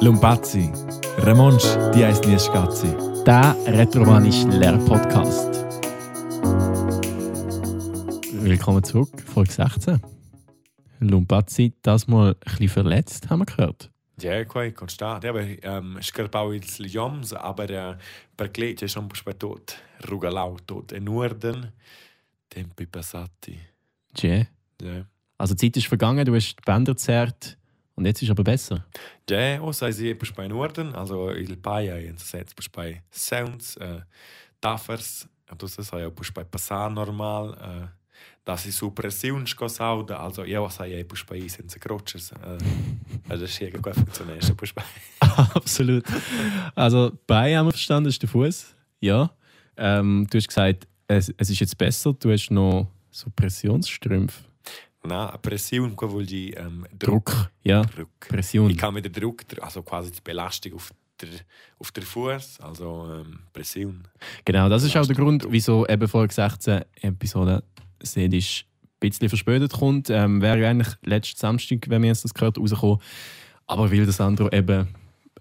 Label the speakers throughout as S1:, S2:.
S1: Lumpazzi, Ramonsch, die heisst nie Schatzi.
S2: Der retromanische Lehrpodcast. Willkommen zurück, Folge 16. Lumpazzi, das mal ein bisschen verletzt, haben wir gehört.
S1: Dziękuję, konstant. Aber ähm, skrpałeś joms, aber äh, perklecie schon bespetot, rugalautot, in Norden, tempi passati.
S2: Jä.
S1: Ja,
S2: Also die Zeit ist vergangen, du hast die Bänder zerrt und jetzt ist aber besser.
S1: ja, o sei sie bespei Norden, also il paia jens seit bespei Sounds, äh, Tafers, und das ist ja bespei Passan normal, äh, das ist super Siunschkosauda, also ja, was sei ja bespei senza Crotches, äh, also das ist ja gut funktioniert, bespei.
S2: Absolut. Also Bein haben wir verstanden, ist der Fuß. Ja. Ähm, du hast gesagt, es, es ist jetzt besser, du hast noch Suppressionsstrümpfe.
S1: Na, Pression co vuol dire ähm,
S2: Druck. Ja,
S1: Druck.
S2: Pression.
S1: Ich kann mit dem Druck, dr- also quasi die Belastung auf der, auf der Fuß, also ähm, Pression.
S2: Genau, das ist auch der
S1: Leistung
S2: Grund,
S1: drauf.
S2: wieso eben Folge 16 Episode sedisch ein bisschen verspätet kommt. Ähm, wäre ja eigentlich letzten Samstag, wenn wir jetzt das gehört, rausgekommen. Aber weil der Sandro eben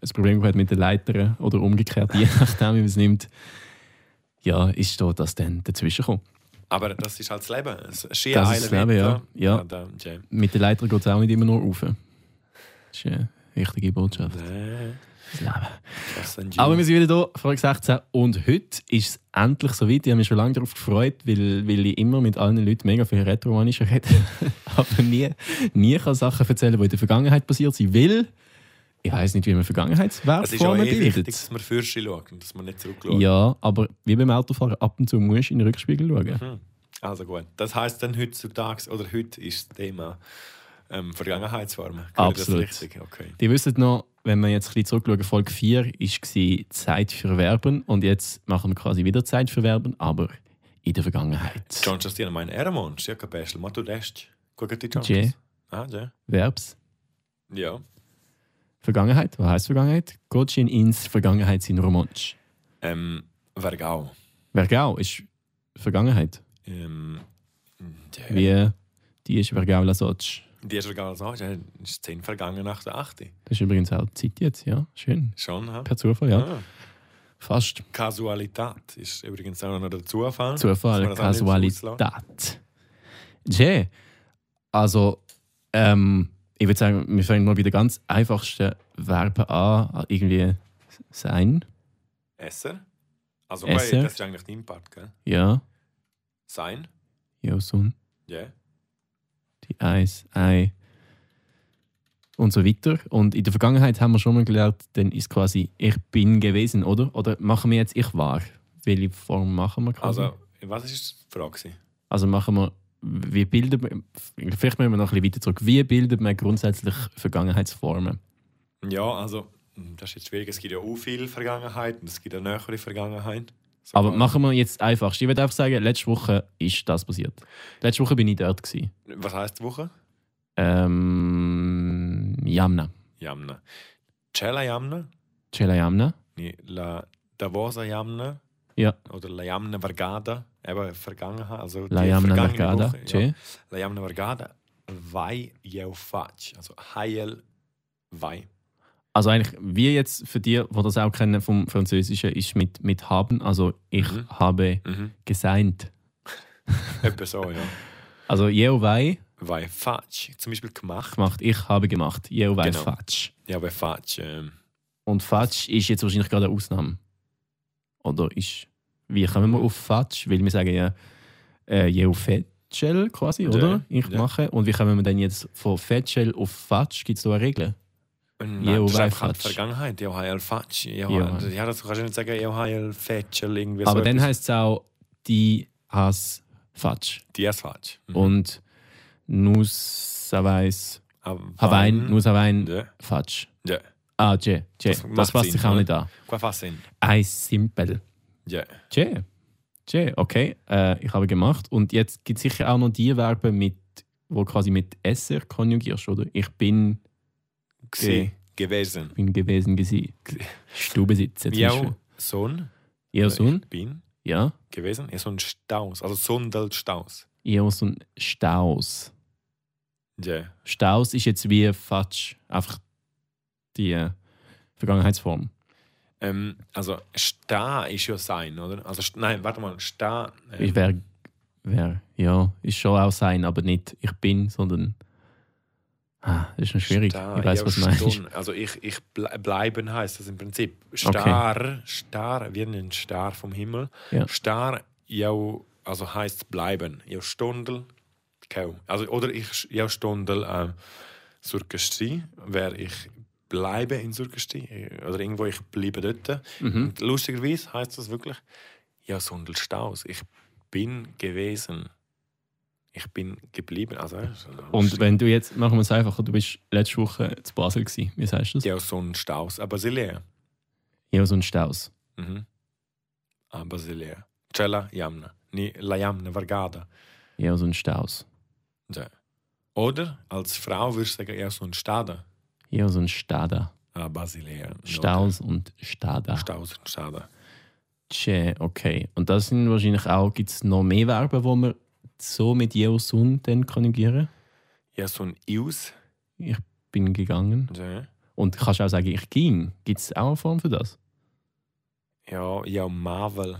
S2: ein Problem gehabt hat mit den Leitern oder umgekehrt, je nachdem, wie man es nimmt, ja, ist da das dann dazwischen gekommen.
S1: Aber das ist halt das Leben. Das ist
S2: Das ist das Leben, ja. Ja.
S1: Und, ähm, ja.
S2: Mit den Leitern geht es auch nicht immer nur rauf. Das ist eine wichtige Botschaft.
S1: Nee,
S2: Das Leben.
S1: das sind
S2: Aber wir
S1: die-
S2: sind wieder da, Folge 16. Und heute ist es endlich soweit. Ich habe mich schon lange darauf gefreut, weil, weil ich immer mit allen Leuten mega viel Retromanisch rede. Aber nie, nie kann Sachen erzählen, die in der Vergangenheit passiert sind. Weil ich weiß nicht, wie man
S1: es ist auch
S2: Vergangenheitswertformen
S1: eh wichtig,
S2: bildet.
S1: dass wir für sie schauen, dass wir nicht zurückschauen.
S2: Ja, aber wie beim Autofahren, ab und zu musst du in den Rückspiegel schauen.
S1: Hm. Also gut. Das heisst dann heutzutage, oder heute ist das Thema ähm, Vergangenheitsformen. Gehört
S2: Absolut.
S1: Das richtig? Okay.
S2: Die wissen noch, wenn wir jetzt ein bisschen zurückschauen, Folge 4 war Zeit für Verben. Und jetzt machen wir quasi wieder Zeit für Verben, aber in der Vergangenheit.
S1: John Justin, mein Ehrenmensch, ja, kein Bäschel. Mach du das. Guck dir die John.
S2: Ja.
S1: Ah, ja.
S2: Verbs.
S1: Ja.
S2: Vergangenheit, was heißt Vergangenheit? Gotschin ins Vergangenheit in Romansch.
S1: Ähm, Vergau.
S2: Vergau ist Vergangenheit.
S1: Ähm, der,
S2: Wie die ist Vergau Lasotsch.
S1: Die erste Vergangenheit so, ja, ist 10 vergangen nach der 8.
S2: Das ist übrigens auch die Zeit jetzt, ja. Schön.
S1: Schon, ha?
S2: Per Zufall, ja.
S1: Ah.
S2: Fast.
S1: Kasualität ist übrigens auch noch der Zufall. Dass
S2: Zufall,
S1: man das auch nicht so
S2: Kasualität. Je. Also, ähm, ich würde sagen, wir fangen mal bei den ganz einfachsten Verben an. Irgendwie sein,
S1: auslässt. Esser. Also,
S2: Esser.
S1: Wobei, das ist eigentlich nicht im Part, gell?
S2: ja.
S1: Sein.
S2: Josun,
S1: Ja.
S2: die Eis, Ei und so weiter. Und in der Vergangenheit haben wir schon mal gelernt, dann ist quasi ich bin gewesen, oder? Oder machen wir jetzt ich war? Welche Form machen wir quasi? Also,
S1: Also, was ist die Frage? gewesen?
S2: machen wir, wie bildet man, vielleicht müssen wir noch ein bisschen weiter zurück, wie bildet man grundsätzlich Vergangenheitsformen?
S1: Ja, also, hm, das ist jetzt schwierig. Es gibt ja auch viel Vergangenheit und es gibt eine nähere Vergangenheit. So,
S2: Aber machen wir jetzt einfach. Ich würde einfach sagen, letzte Woche ist das passiert. Letzte Woche bin ich dort. Gewesen.
S1: Was heisst die Woche?
S2: Ähm, Jamna.
S1: Jamna. Cella Jamna.
S2: Cella Jamna.
S1: Nee, La Davosa Jamna.
S2: Ja.
S1: Oder La Jamna Vergada. Eben Vergangenheit. Also
S2: La
S1: die
S2: Jamna
S1: vergangene
S2: Mercada.
S1: Woche, Ja.
S2: Ja.
S1: La Jamna Vergada. Vai Jeufatsch. Also Heil Vai.
S2: Also eigentlich, wie jetzt für die, die das auch kennen vom Französischen, ist mit, mit haben, also ich
S1: Mhm.
S2: habe
S1: Mhm.
S2: geseint.
S1: Etwa so, ja.
S2: Also Jehovai
S1: Vai Fatsch. Zum Beispiel gemacht.
S2: gemacht, ich habe gemacht. Jehovai
S1: Genau.
S2: Fatsch.
S1: Ja, bei Fatsch. Ähm,
S2: Und Fatsch ist jetzt wahrscheinlich gerade eine Ausnahme. Oder ist, wie kommen wir auf Fatsch? Weil wir sagen ja äh, Jehovetschel quasi,
S1: Ja,
S2: oder? Ich
S1: ja.
S2: mache. Und wie kommen wir denn jetzt von Fetschel auf Fatsch? Gibt es da eine Regel?
S1: nein,
S2: Jeu
S1: das ist
S2: vai
S1: einfach halt
S2: Fatsch.
S1: Vergangenheit. Jeu Heil Fatsch. Jeu
S2: Jeu
S1: Heil-
S2: Heil.
S1: Ja, das kannst du nicht sagen. Jeu Heil Fetschel. Irgendwie
S2: Aber
S1: so
S2: dann
S1: etwas.
S2: heißt es auch, die has Fatsch.
S1: Dies Fatsch. Mhm.
S2: Und Nus Savais
S1: Aber
S2: Hawain, Nus Hawain,
S1: Ah, Ja.
S2: Fatsch.
S1: Ja.
S2: Ah, Che, Che.
S1: Das
S2: Das,
S1: macht
S2: passt
S1: Sinn,
S2: sich auch
S1: oder?
S2: nicht an.
S1: Qua Fassin.
S2: Ein Simpel.
S1: Ja.
S2: Che. Che, okay. Äh, ich habe gemacht. Und jetzt gibt es sicher auch noch die Verben, mit, wo quasi mit Esser konjugierst, oder? Ich bin,
S1: Gsi. Gewesen.
S2: bin gewesen, gsi.
S1: Gsi.
S2: Stube sitzen.
S1: Jeu Sohn. Äh,
S2: Josun,
S1: Ich bin
S2: ja.
S1: gewesen. Ja, so ein Staus. Also Sundelstaus.
S2: Josun Staus.
S1: Ja.
S2: Staus ist jetzt wie Fatsch. Einfach die äh, Vergangenheitsform.
S1: Ähm, also stehen ist ja sein, oder? Also st- nein, warte mal, stehen.
S2: Ich
S1: Ähm,
S2: wär, wär, ja, ist schon auch sein, aber nicht ich bin, sondern. Ah, das ist noch schwierig.
S1: stehen,
S2: ich weiß,
S1: ja,
S2: was du meinst.
S1: stehen. Also ich, ich ble bleiben heißt das im Prinzip. Star, Star, wir nennen Star vom Himmel.
S2: Ja.
S1: Star, ja, also heißt bleiben. Ja, Stundel, kaum. Also oder ich ja Stundel ähm, Surkesti, wäre ich bleibe in Surkesti oder irgendwo ich bleibe dort.
S2: Mhm.
S1: Und lustigerweise heißt das wirklich, ja, Sundel Staus. Ich bin gewesen. Ich bin geblieben. Also, äh, so
S2: Und
S1: lustig.
S2: wenn du jetzt, machen wir es einfacher, du bist letzte Woche zu Basel gewesen. Wie heißt das?
S1: ja, Sundel Staus. Aber sie leer.
S2: Ja, so ein Staus.
S1: Mhm. Aber sie leer. Cella Jamna. Ni la Jamna Vargada.
S2: Ja, so ein Staus.
S1: Ja. Oder als Frau würdest du sagen, ja, Sundel Stada.
S2: Ja, so ein Stada.
S1: Ah, Basilea.
S2: Staus und Stada.
S1: Staus und Stada.
S2: Tje, okay. Und das sind wahrscheinlich auch, gibt es noch mehr Verben, wo man so mit Jeosun dann konjugieren?
S1: Ja, so ein Ius. ne?
S2: Ich bin gegangen.
S1: Ja,
S2: Und kannst auch sagen, ich ging. Gibt es auch eine Form für das?
S1: ja, ja Marvel.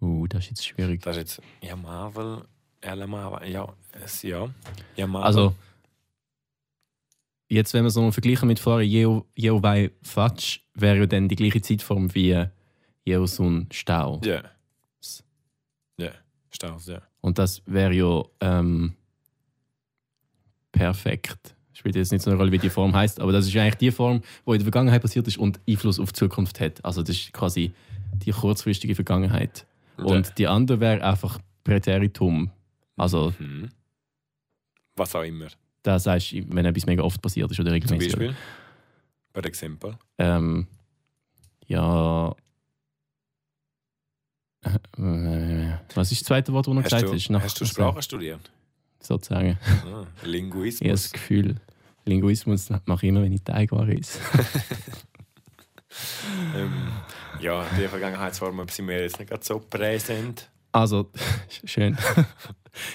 S2: Uh, das ist jetzt schwierig.
S1: Das ist jetzt, ja, Marvel, Elle Marvel, ja, es, ja. ja Marvel.
S2: Also, jetzt, wenn wir es nochmal vergleichen mit vorher, Jeo- Jeovai Fatsch wäre ja dann die gleiche Zeitform wie Jeosun Stau.
S1: ja. Ja, Staus, ja.
S2: Und das wäre ja ähm, perfekt. Spielt jetzt nicht so eine Rolle, wie die Form heißt, aber das ist eigentlich die Form, die in der Vergangenheit passiert ist und Einfluss auf die Zukunft hat. Also, das ist quasi die kurzfristige Vergangenheit.
S1: Ja.
S2: Und die andere wäre einfach Präteritum. Also,
S1: Mhm. Was auch immer.
S2: da sagst du, wenn etwas mega oft passiert ist oder
S1: Zum
S2: regelmäßig.
S1: Beispiel. Per Exempel.
S2: Ähm, ja. Äh, Was ist das zweite Wort, das noch
S1: Hast
S2: gesagt
S1: du,
S2: ist? Nach-
S1: hast du Sprache studiert?
S2: Sozusagen.
S1: ah,
S2: Ich habe das
S1: Linguismus.
S2: Gefühl, Linguismus mache ich immer, wenn ich Teigware ist.
S1: Ähm, ja, die Vergangenheitsformen sind mir jetzt nicht gerade so präsent.
S2: Also, schön.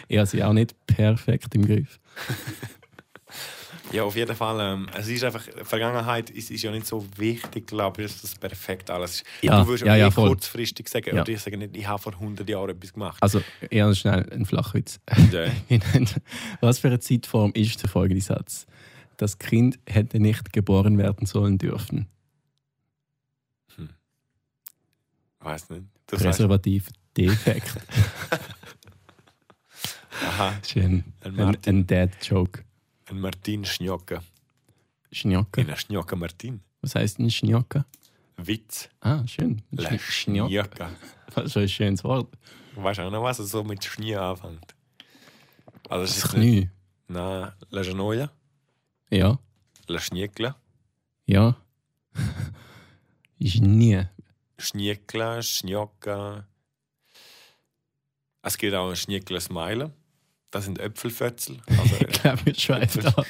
S2: ich habe sie auch nicht perfekt im Griff.
S1: Ja, auf jeden Fall. Ähm, es ist einfach, Vergangenheit ist, ist ja nicht so wichtig, glaube ich, dass das perfekt alles ist.
S2: Ja,
S1: du würdest
S2: ja,
S1: eh
S2: ja, voll.
S1: kurzfristig sagen,
S2: Ja.
S1: oder ich sage nicht, ich habe vor 100 Jahren etwas gemacht. Äh,
S2: Also, eher schnell ein Flachwitz.
S1: Ja.
S2: Was für eine Zeitform ist der folgende Satz? Das Kind hätte nicht geboren werden sollen dürfen.
S1: Weiß nicht. Du sagst,
S2: Präservativ defekt.
S1: aha,
S2: Schön.
S1: Ein
S2: Ein,
S1: Martin.
S2: ein Dad-Joke.
S1: ein Martin Schnjocke.
S2: Schnjocke.
S1: Ein Schnjocke Martin.
S2: Was heißt ein Schnjocke?
S1: Witz.
S2: Ah, schön.
S1: Le
S2: Schnjocke.
S1: Schnjocke.
S2: Was für ein schönes Wort.
S1: Weißt du auch noch was, das so mit Schnee anfängt? Also, es
S2: Das
S1: ist nicht.
S2: Knie.
S1: Nein, La Genoia,
S2: Ja.
S1: La Schniekle,
S2: Ja. Ist nie.
S1: Schniekle, Schnjocke. Es gibt auch ein Schniekle Smile. Das sind Äpfelfötzel. Also,
S2: Ich glaube, wir schweifen
S1: Äpfel.
S2: ab.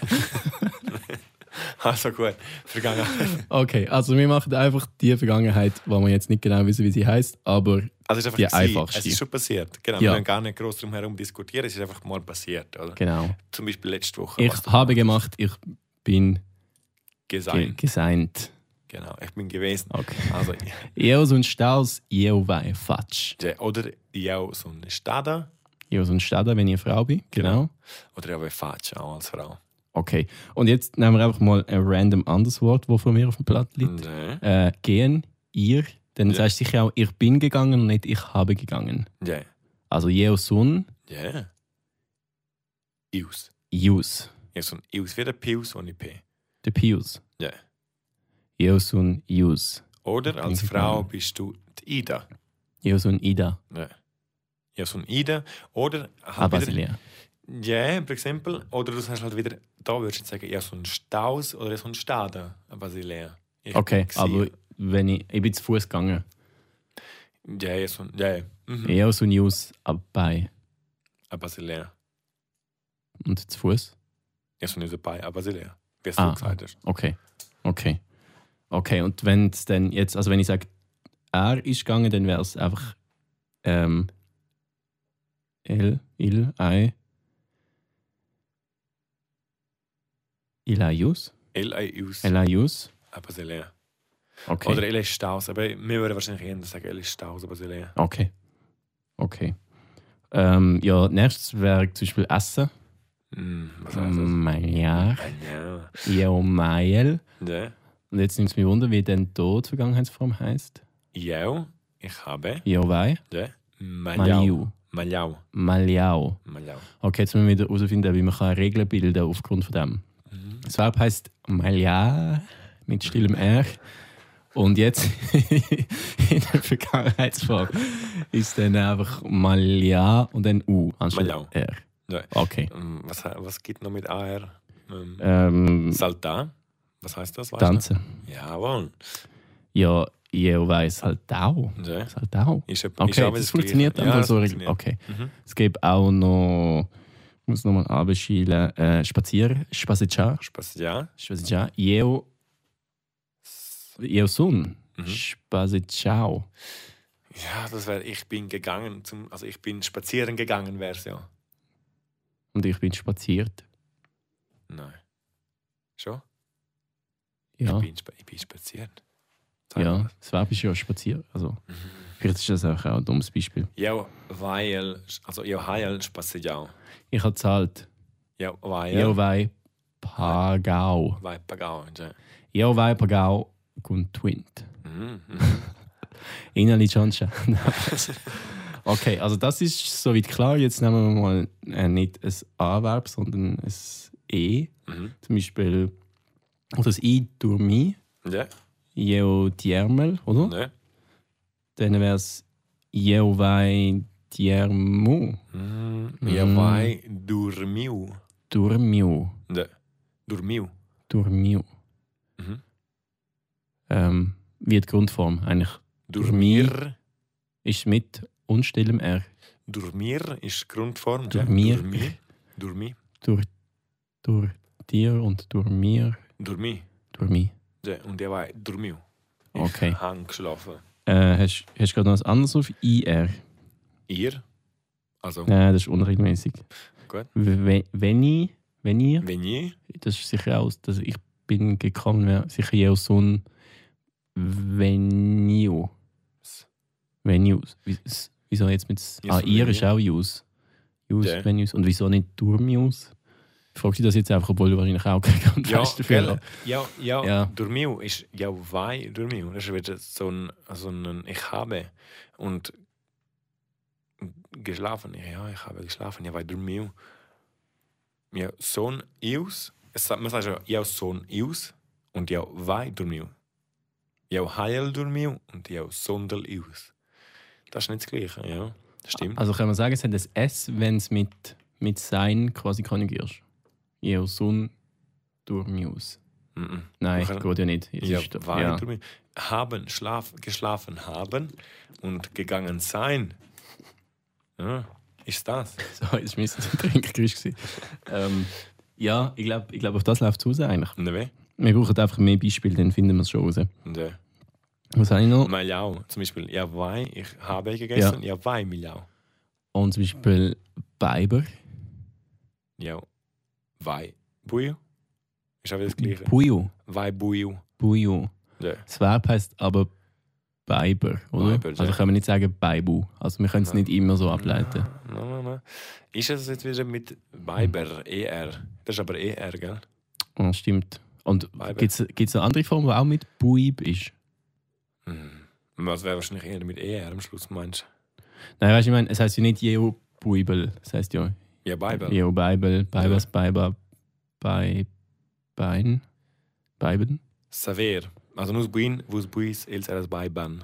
S1: also gut, Vergangenheit.
S2: Okay, also wir machen einfach die Vergangenheit, wo wir jetzt nicht genau wissen, wie sie heißt, aber
S1: Also, es ist einfach
S2: Die
S1: gewesen.
S2: einfachste.
S1: Es ist schon passiert. Genau,
S2: Ja.
S1: wir haben gar nicht groß drum herum diskutieren. Es ist einfach mal passiert. Oder?
S2: genau.
S1: Zum Beispiel letzte Woche.
S2: Ich
S1: was du
S2: habe gemacht, ich bin ge
S1: Gesehen.
S2: geseint.
S1: Genau, ich bin gewesen.
S2: Okay.
S1: Also,
S2: Eos und Staus, Jeovai Fatsch.
S1: ja, oder ja, so eine Stada.
S2: Eos und Stada, wenn ich eine Frau bin. genau.
S1: Oder ja, wie falsch, auch als Frau.
S2: Okay. Und jetzt nehmen wir einfach mal ein random anderes Wort, das von mir auf dem Blatt liegt.
S1: Nee.
S2: Äh, gehen, ihr. Dann
S1: Ja.
S2: sagst du sicher auch, ich bin gegangen und nicht ich habe gegangen.
S1: Ja.
S2: Also Jeosun,
S1: Ja. Ius.
S2: Jus.
S1: Ja, so ein Ius wie der Pius ohne P.
S2: Der Pius.
S1: Ja.
S2: Jeosun, Jus.
S1: Oder als
S2: Mhm.
S1: Frau bist du die Ida.
S2: Jeosun, Ida.
S1: Ja. Ja, so ein Ida. Oder halt wieder.
S2: Abasilia.
S1: Ja, per Exempel. Oder du sagst halt wieder, da würdest du sagen, ja, so ein Staus oder so ein Staden. Basilea. Ich
S2: Okay,
S1: bin
S2: aber
S1: gewesen.
S2: wenn ich, ich bin zu Fuß gegangen.
S1: Ja, ja, so ein. Ja, mhm.
S2: Jeosun, Jus, abbei.
S1: Basilea.
S2: Und zu Fuß?
S1: Ja, so nicht dabei, Basilea. Wie es
S2: Ah.
S1: du gesagt hast.
S2: Okay. Okay. Okay, und wenn es dann jetzt, also wenn ich sage, er ist gegangen, dann wäre es einfach ähm, El, Il, Ei, Ilaius,
S1: L-I-Ius.
S2: Elaius,
S1: ein Basilea.
S2: Okay.
S1: Oder Elias Staus. Aber wir würden wahrscheinlich eher sagen Elias Staus, ein Basilea.
S2: okay. Okay. Ähm, ja, nächstes wäre zum Beispiel Essen.
S1: Mm, was heißt das?
S2: Meier.
S1: Ja.
S2: Ja, Meier.
S1: Ja.
S2: Und jetzt nimmt es mich wunder, wie denn dort die Vergangenheitsform heisst.
S1: Ja. Ich habe.
S2: Ja, wei.
S1: Ja. Maljau.
S2: Maliu.
S1: Maljau.
S2: Maliao.
S1: Maljau.
S2: Okay, jetzt müssen wir wieder herausfinden, wie man kann Regeln bilden kann aufgrund von dem.
S1: Mhm.
S2: Das Verb heisst Maliar mit stillem R. Und jetzt in der Vergangenheitsform ist dann einfach Malia und dann U anstatt
S1: Maliao.
S2: R.
S1: Ja.
S2: Okay.
S1: Mm, Was, was gibt noch mit AR? Ähm,
S2: Ähm,
S1: Salta. Was heißt das? Weißt
S2: tanzen.
S1: du? Jawohl.
S2: Ja, jeder weiß halt auch.
S1: Ja.
S2: Ist halt auch.
S1: Ist, ist
S2: Okay,
S1: aber
S2: das,
S1: das
S2: funktioniert dann
S1: Gleiche.
S2: ja,
S1: das
S2: so.
S1: funktioniert.
S2: Okay.
S1: Mhm.
S2: Es gibt auch noch, ich muss nochmal abschielen, äh, Spazier, Spazitschar,
S1: Spaß, ja.
S2: Spazitschar, Jeo, Jeo Sun,
S1: Mhm.
S2: Spazitschau.
S1: Ja, das wäre, ich bin gegangen, zum, also ich bin spazieren gegangen, wäre es ja.
S2: Und ich bin spaziert.
S1: Nein. Schon?
S2: Ja,
S1: Ich, bin, spa- ich bin spaziert. Sag
S2: ja.
S1: mal. Mhm.
S2: das Verb ist ja spazieren. Also, vielleicht ist das auch ein dummes Beispiel.
S1: Ja, weil, also ja, heil spaziert ja.
S2: Ich habe zahlt.
S1: Ja, weil,
S2: Ja, wei, Pagau.
S1: weil Pagau. Ja.
S2: Ja, wei, Pagau, und Twint.
S1: Mhm.
S2: Innerli Chansha. okay, also das ist soweit klar. Jetzt nehmen wir mal äh, nicht ein A-Verb, sondern ein E.
S1: Mhm.
S2: Zum Beispiel, oder das I Durmi,
S1: ja,
S2: Jeo Diermel, oder?
S1: ne?
S2: Dann wäre es Jeo Vai Diermu,
S1: Mhm. Ja,
S2: Mhm.
S1: weil dormiu.
S2: Durmiu,
S1: Ja. Dormiu.
S2: Durmiu.
S1: Mhm.
S2: Ähm, wie die Grundform eigentlich.
S1: Dormir.
S2: Ist mit unstillem R.
S1: Dormir ist Grundform. ja.
S2: Dormir.
S1: Dormir. Dormi.
S2: Durch, durch dir und durch mir,
S1: Dormi.
S2: durch mich.
S1: Ja, und ja, weil dormiu. Ich
S2: Okay.
S1: habe geschlafen.
S2: Äh, hast hast du gerade noch was anderes auf IR?
S1: Ihr? Also,
S2: Nein, das ist unregelmäßig.
S1: Gut.
S2: W- Wenn ich, wenn ich,
S1: wenn ich.
S2: das ist sicher aus, dass ich bin gekommen, wäre sicher je aus so ein Venio. Venues. Wie's- Wieso jetzt mit s-
S1: Ja,
S2: Ah,
S1: so
S2: ihr
S1: Venue.
S2: ist auch Use. Use,
S1: Ja.
S2: Venues. Und wieso nicht Durmius? Ich frage dich das jetzt einfach, obwohl du wahrscheinlich auch keinen Grund
S1: Ja,
S2: weißt dafür.
S1: gell? ja, ja,
S2: Ja.
S1: Dormiu ist ja weil Dormiu. Das ist wieder so ein, so ein Ich habe und geschlafen. Ja, ich habe geschlafen. Ja, weil Dormiu. Ja, so ein Ius. Es sagt- Man sagt ja, ja, so ein Ius und ja, weil Dormiu. Ja, heil Dormiu und ja, sondel Ius. Das ist nicht das Gleiche, ja. Das stimmt.
S2: Also kann man sagen, es hat ein S, wenn es mit, mit sein quasi konjugierst. Jeo sun durmius.
S1: Mhm.
S2: Nein,
S1: Nachher-
S2: geht ja nicht. Jetzt
S1: Ja,
S2: ist,
S1: war
S2: ja.
S1: drüber. Haben, schlaf, geschlafen haben und gegangen sein. Ja, ist das.
S2: So, jetzt war mein Trinkgeräusch. gewesen. ähm, ja, ich glaube, ich glaub, auf das läuft es raus eigentlich.
S1: Ne?
S2: Wir brauchen einfach mehr Beispiele, dann finden wir es schon raus.
S1: Ne.
S2: Was habe ich noch?
S1: Miljau, zum Beispiel. Ja, weil ich habe gegessen. Ja, weil Miljau.
S2: Und zum Beispiel Biber.
S1: Ja, weil Buju. Ist aber das Gleiche. Ne.
S2: Puyo.
S1: Weil Buju.
S2: Puyo.
S1: Ja.
S2: Das Verb heisst aber Biber, oder?
S1: Biber, ja.
S2: also können wir nicht sagen Baibu. Also wir können es nicht immer so ableiten.
S1: Na, na, na. Ist es jetzt wieder mit Weiber, ER? Das ist aber ER, gell?
S2: Ja, Ah, stimmt. Und
S1: Biber.
S2: gibt es eine andere Form, die auch mit Buib ist?
S1: Mhm. Was wäre wahrscheinlich eher mit ER am Schluss, meinst
S2: Nein, weißt du, ich meine, es heißt ja nicht Jeo Buibel. Es heißt ja
S1: du? Ja, Weiber.
S2: Jeo Bibel, Bibers, Biber, Bei, Bein, Beiben,
S1: Saver. Also nus buin, vus buis, ils eras bei ban.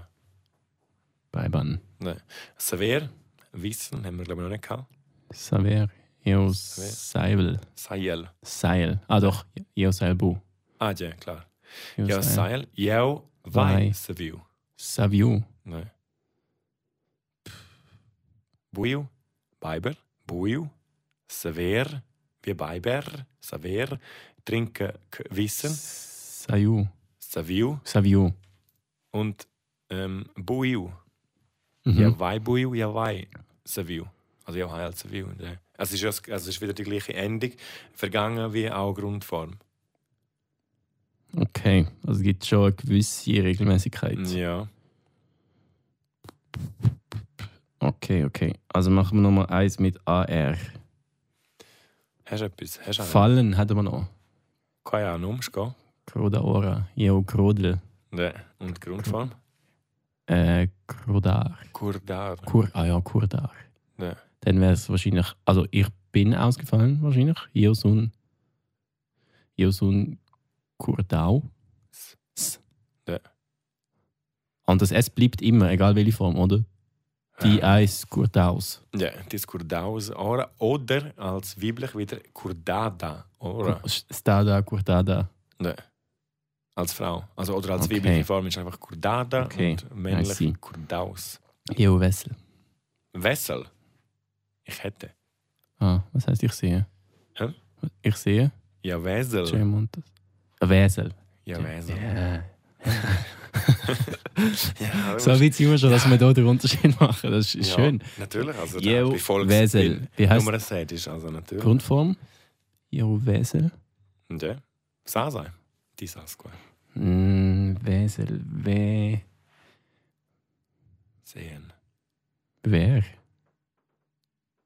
S2: Beiban,
S1: Saver, wissen, haben wir glaube ich noch nicht gehabt.
S2: Saver, Jeo
S1: Saver.
S2: Seibel,
S1: Sayel.
S2: Seil. Ah doch, Jeo Seilbu.
S1: Ah, ja, klar.
S2: Jeo
S1: Ja,
S2: Seil.
S1: Sayel, jau,
S2: Vai.
S1: vai, saviu.
S2: Savio,
S1: Ne. Buiu, Biber, Buiu, Saver, wie Biber, Saver, trinken, k- wissen,
S2: Sayu,
S1: Saviu
S2: Savio.
S1: und ähm, Buiu.
S2: Mhm.
S1: Ja, vai buiu, ja, vai Seville. Also ja, heil Seville. Ja. Es, ist, ja das- also es ist wieder die gleiche Endung, vergangen wie auch Grundform.
S2: Okay, also es gibt schon eine gewisse Regelmäßigkeit.
S1: Ja.
S2: Okay, okay. Also machen wir nochmal eins mit AR.
S1: Hast du etwas? Hast du einen?
S2: Fallen hätten wir noch.
S1: Keine Ahnung, musst du gehen.
S2: Krodaora. Jo, Krodel.
S1: Ja. Und Grundform?
S2: Äh, Krodar.
S1: Kurdar.
S2: Kur ah ja, Kurdar.
S1: Ja.
S2: Dann wäre es wahrscheinlich. Also ich bin ausgefallen wahrscheinlich. Josun. Josun Kurdau. S.
S1: Ja.
S2: Und das S bleibt immer, egal welche Form, oder? Die Eis Kurdaus.
S1: Äh, Ja, het is Kurdaus Ora. Oder als weiblich wieder Kurdada Ora.
S2: Stada, Kurdada.
S1: Nee. Als Frau. Also, oder als
S2: Okay.
S1: weibliche Form ist einfach Kurdada
S2: Okay,
S1: und männlich
S2: see.
S1: Kurdaus.
S2: Jo, Wessel.
S1: Wessel. Ich hätte.
S2: Ah, was heißt ich sehe?
S1: Hä?
S2: Ich sehe.
S1: Ja, Wessel.
S2: Jay Montes. Ein Wesel.
S1: Also. Ja, Wessel.
S2: Ja.
S1: Ja,
S2: So weit sind wir schon, dass wir hier den Unterschied machen. Das ist
S1: Ja,
S2: schön.
S1: Natürlich. Also, der-
S2: Jo,
S1: die Volks-
S2: Wesel. Wie
S1: die
S2: heißt
S1: Nummer 6 ist also natürlich.
S2: Grundform? Jo, Wesel.
S1: Und Ja. Sasa. Die Sasquatch.
S2: Mm, Wesel. We.
S1: Sehen.
S2: Wer?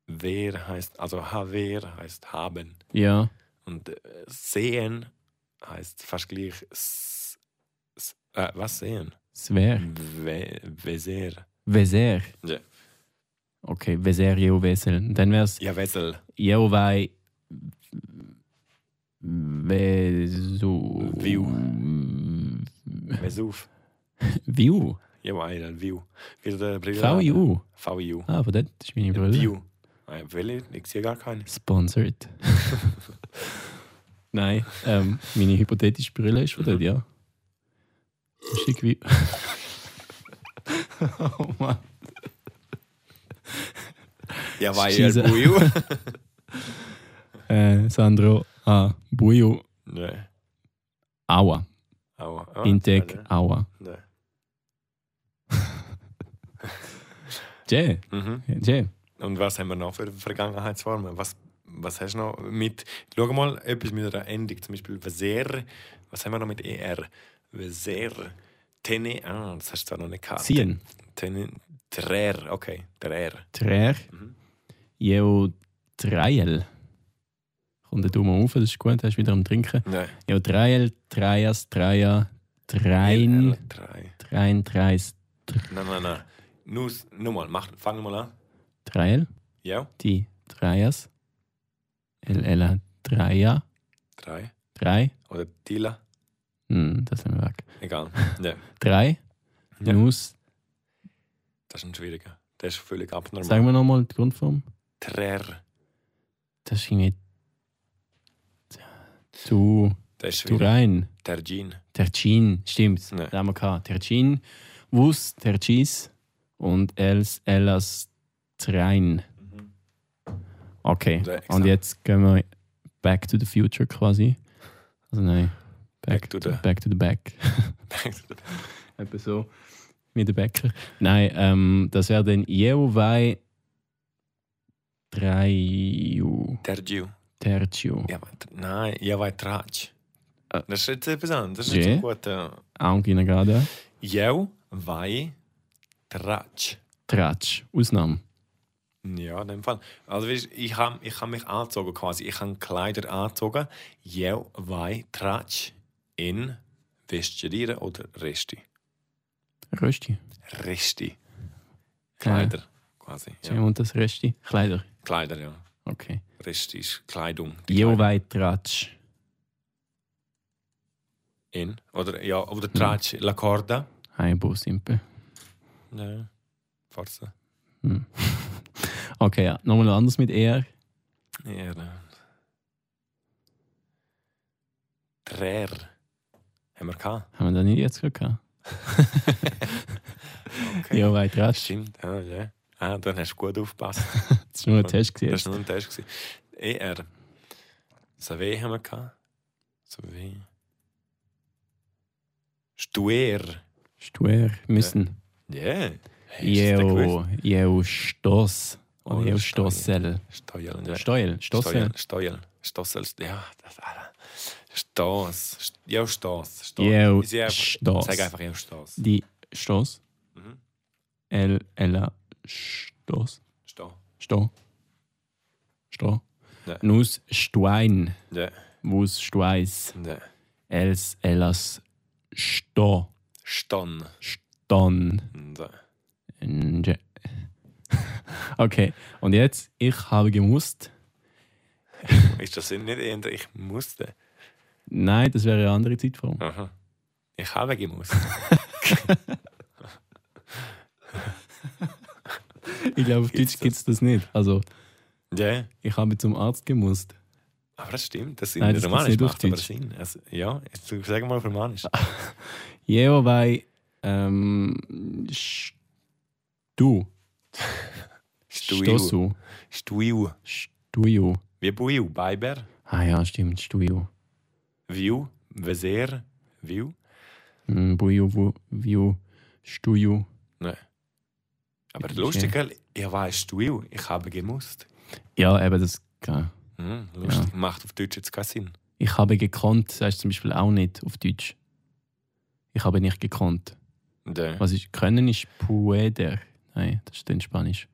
S1: Wer heißt, also haver heißt haben.
S2: Ja.
S1: Und äh, sehen heißt fast gleich. S, s, äh, was sehen?
S2: Swer.
S1: We, Weser.
S2: Weser.
S1: Ja.
S2: Okay, Weser, Jo, Wesel. Dann wäre es
S1: Ja, Wessel.
S2: Jo, wei. Wesu.
S1: View. Vesuv.
S2: View.
S1: Ja, weil View. Wie der Brille.
S2: VU.
S1: VU.
S2: Ah, aber das ist meine Brille.
S1: View. Ah, Welle? Ich sehe gar keine.
S2: Sponsored. Nein, ähm, meine hypothetische Brille ist von dort, ja. Schick wie. oh Mann.
S1: Ja,
S2: Scheisse.
S1: View.
S2: Äh, Sandro, ah, Bujo,
S1: Nein.
S2: Aua.
S1: Aua. Ah,
S2: Intec,
S1: also,
S2: Aua.
S1: Nein.
S2: Je,
S1: Mhm.
S2: je.
S1: Und was haben wir noch für Vergangenheitsformen? Was, was hast du noch mit. Schau mal, etwas mit einer Endung. Zum Beispiel Veser. Was haben wir noch mit ER? Veser. Tene. Ah, das hast du zwar noch nicht gehabt.
S2: Ziehen.
S1: Tene. Trer. Okay. Trer.
S2: Trär.
S1: Mhm.
S2: Jo, Dreiel. Kommt der Daumen auf, das ist gut, hast wieder am Trinken.
S1: Nein.
S2: Jo, Dreiel, Dreiers, Dreier, Drein,
S1: E Drei.
S2: Drein, Dreis,
S1: Nein, nein, nein. Nur, nur mal, mach, fang mal an.
S2: Dreiel.
S1: Ja,
S2: die Dreiers. LL Dreier.
S1: drei.
S2: Drei.
S1: Oder Tila.
S2: Hm, das sind wir weg.
S1: Egal. Ja,
S2: Drei.
S1: Ja.
S2: Nus.
S1: das ist ein schwieriger. Der ist völlig abnormal.
S2: Sagen wir nochmal die Grundform.
S1: Trer.
S2: Das ist nicht. Du.
S1: Der ist
S2: Du
S1: schwierig.
S2: rein.
S1: Tergin.
S2: Tercin. Stimmt.
S1: Nee.
S2: Da haben wir gehabt. Tercin. Wus. Tercis. Und Els. Ellas. Trein. Okay.
S1: Ja, exakt.
S2: Und jetzt gehen wir back to the future quasi. Also nein.
S1: Back to the-
S2: Back to the back. Eben so. Wie der Bäcker. Nein, ähm, das wäre dann Jeovai Dreiu
S1: Tergiu.
S2: Terciu.
S1: Ja, aber, nein, ja, weil Tratsch.
S2: Äh.
S1: Das ist jetzt etwas anderes. Das ist
S2: Je?
S1: jetzt gut. äh,
S2: Angina gerade.
S1: Jau, weil Tratsch.
S2: Tratsch. Ausnahme.
S1: Ja, in dem Fall. Also, weißt, du, ich habe ich hab mich angezogen quasi. Ich habe Kleider angezogen. Jau, weil Tratsch in Vestidieren oder Resti.
S2: Rösti.
S1: Resti. Kleider quasi.
S2: Ja.
S1: Ja.
S2: Und das Rösti. Kleider.
S1: Kleider, ja.
S2: Okay.
S1: Resti ist Kleidung. die Kleidung.
S2: Jeovai Tratsch.
S1: In. Oder, ja, oder Tratsch, La Corda.
S2: Heibo Simpe.
S1: Ja. Farsa.
S2: Hm. Okay, ja. Nochmal anders mit E er.
S1: Ja. Trär. Haben wir gehabt.
S2: Haben wir das nicht jetzt gerade gehabt?
S1: Okay.
S2: Jeovai Tratsch.
S1: Stimmt, ja, ja. Ah, dann hast du gut aufgepasst.
S2: Das war nur ein Test. gewesen
S1: Das
S2: jetzt.
S1: war nur ein Test. gewesen. ER. Savé haben wir gehabt. Savé. Stuer.
S2: Stuer. Müssen.
S1: Ja. Yeah.
S2: Jeo. Jeo Stoss.
S1: Oder
S2: Und Jeo
S1: Stossel.
S2: Stossel.
S1: Steuern. Ja.
S2: Steuel, Stossel.
S1: Steuern. Steuern. Stossel. Ja, das war. Stoss. St- Ja, Stoss. Stoss.
S2: Ja,
S1: Ich sehe einfach-
S2: Stoss.
S1: Sag einfach ja, Stoss.
S2: Die Stoss.
S1: Mhm.
S2: El, Ella, Stoss.
S1: Stoss.
S2: Sto. Sto.
S1: Ja.
S2: Nus Stein.
S1: Ja.
S2: Wus Stweis.
S1: Ja.
S2: Els, Ellas, Sto.
S1: Stonn.
S2: Ston.
S1: Ja.
S2: Nje. Okay, und jetzt, ich habe gemusst.
S1: Ist das nicht eher, ich musste?
S2: Nein, das wäre eine andere Zeitform.
S1: Aha. Ich habe gemusst.
S2: Ich glaube, auf
S1: Gibt's
S2: Deutsch gibt es das nicht. Also,
S1: Ja.
S2: ich habe zum Arzt gemusst.
S1: Aber das stimmt, das sind
S2: Nein, das gibt's
S1: Romanisch,
S2: nicht Ah, auf
S1: macht aber
S2: Deutsch.
S1: Sinn. Also, ja, jetzt sag mal auf Romanisch.
S2: Jeo bei ähm, Stu.
S1: Stuiu.
S2: Stosu.
S1: Stuiu.
S2: Stuio.
S1: Wie Buiu, Biber,
S2: Ah ja, stimmt, Stuio.
S1: Viu, Veser, Viu.
S2: Mm, Buio, Bu- Vio, Stuio.
S1: Aber
S2: Ja,
S1: lustig, gell? ich weiß Stuiu, ich habe gemusst.
S2: Ja, eben das. ja.
S1: Hm, lustig, macht auf Deutsch jetzt keinen Sinn.
S2: Ich habe gekonnt, das heißt zum Beispiel auch nicht auf Deutsch. Ich habe nicht gekonnt.
S1: Ja.
S2: Was ich können ist pueder. Nein, das ist in Spanisch.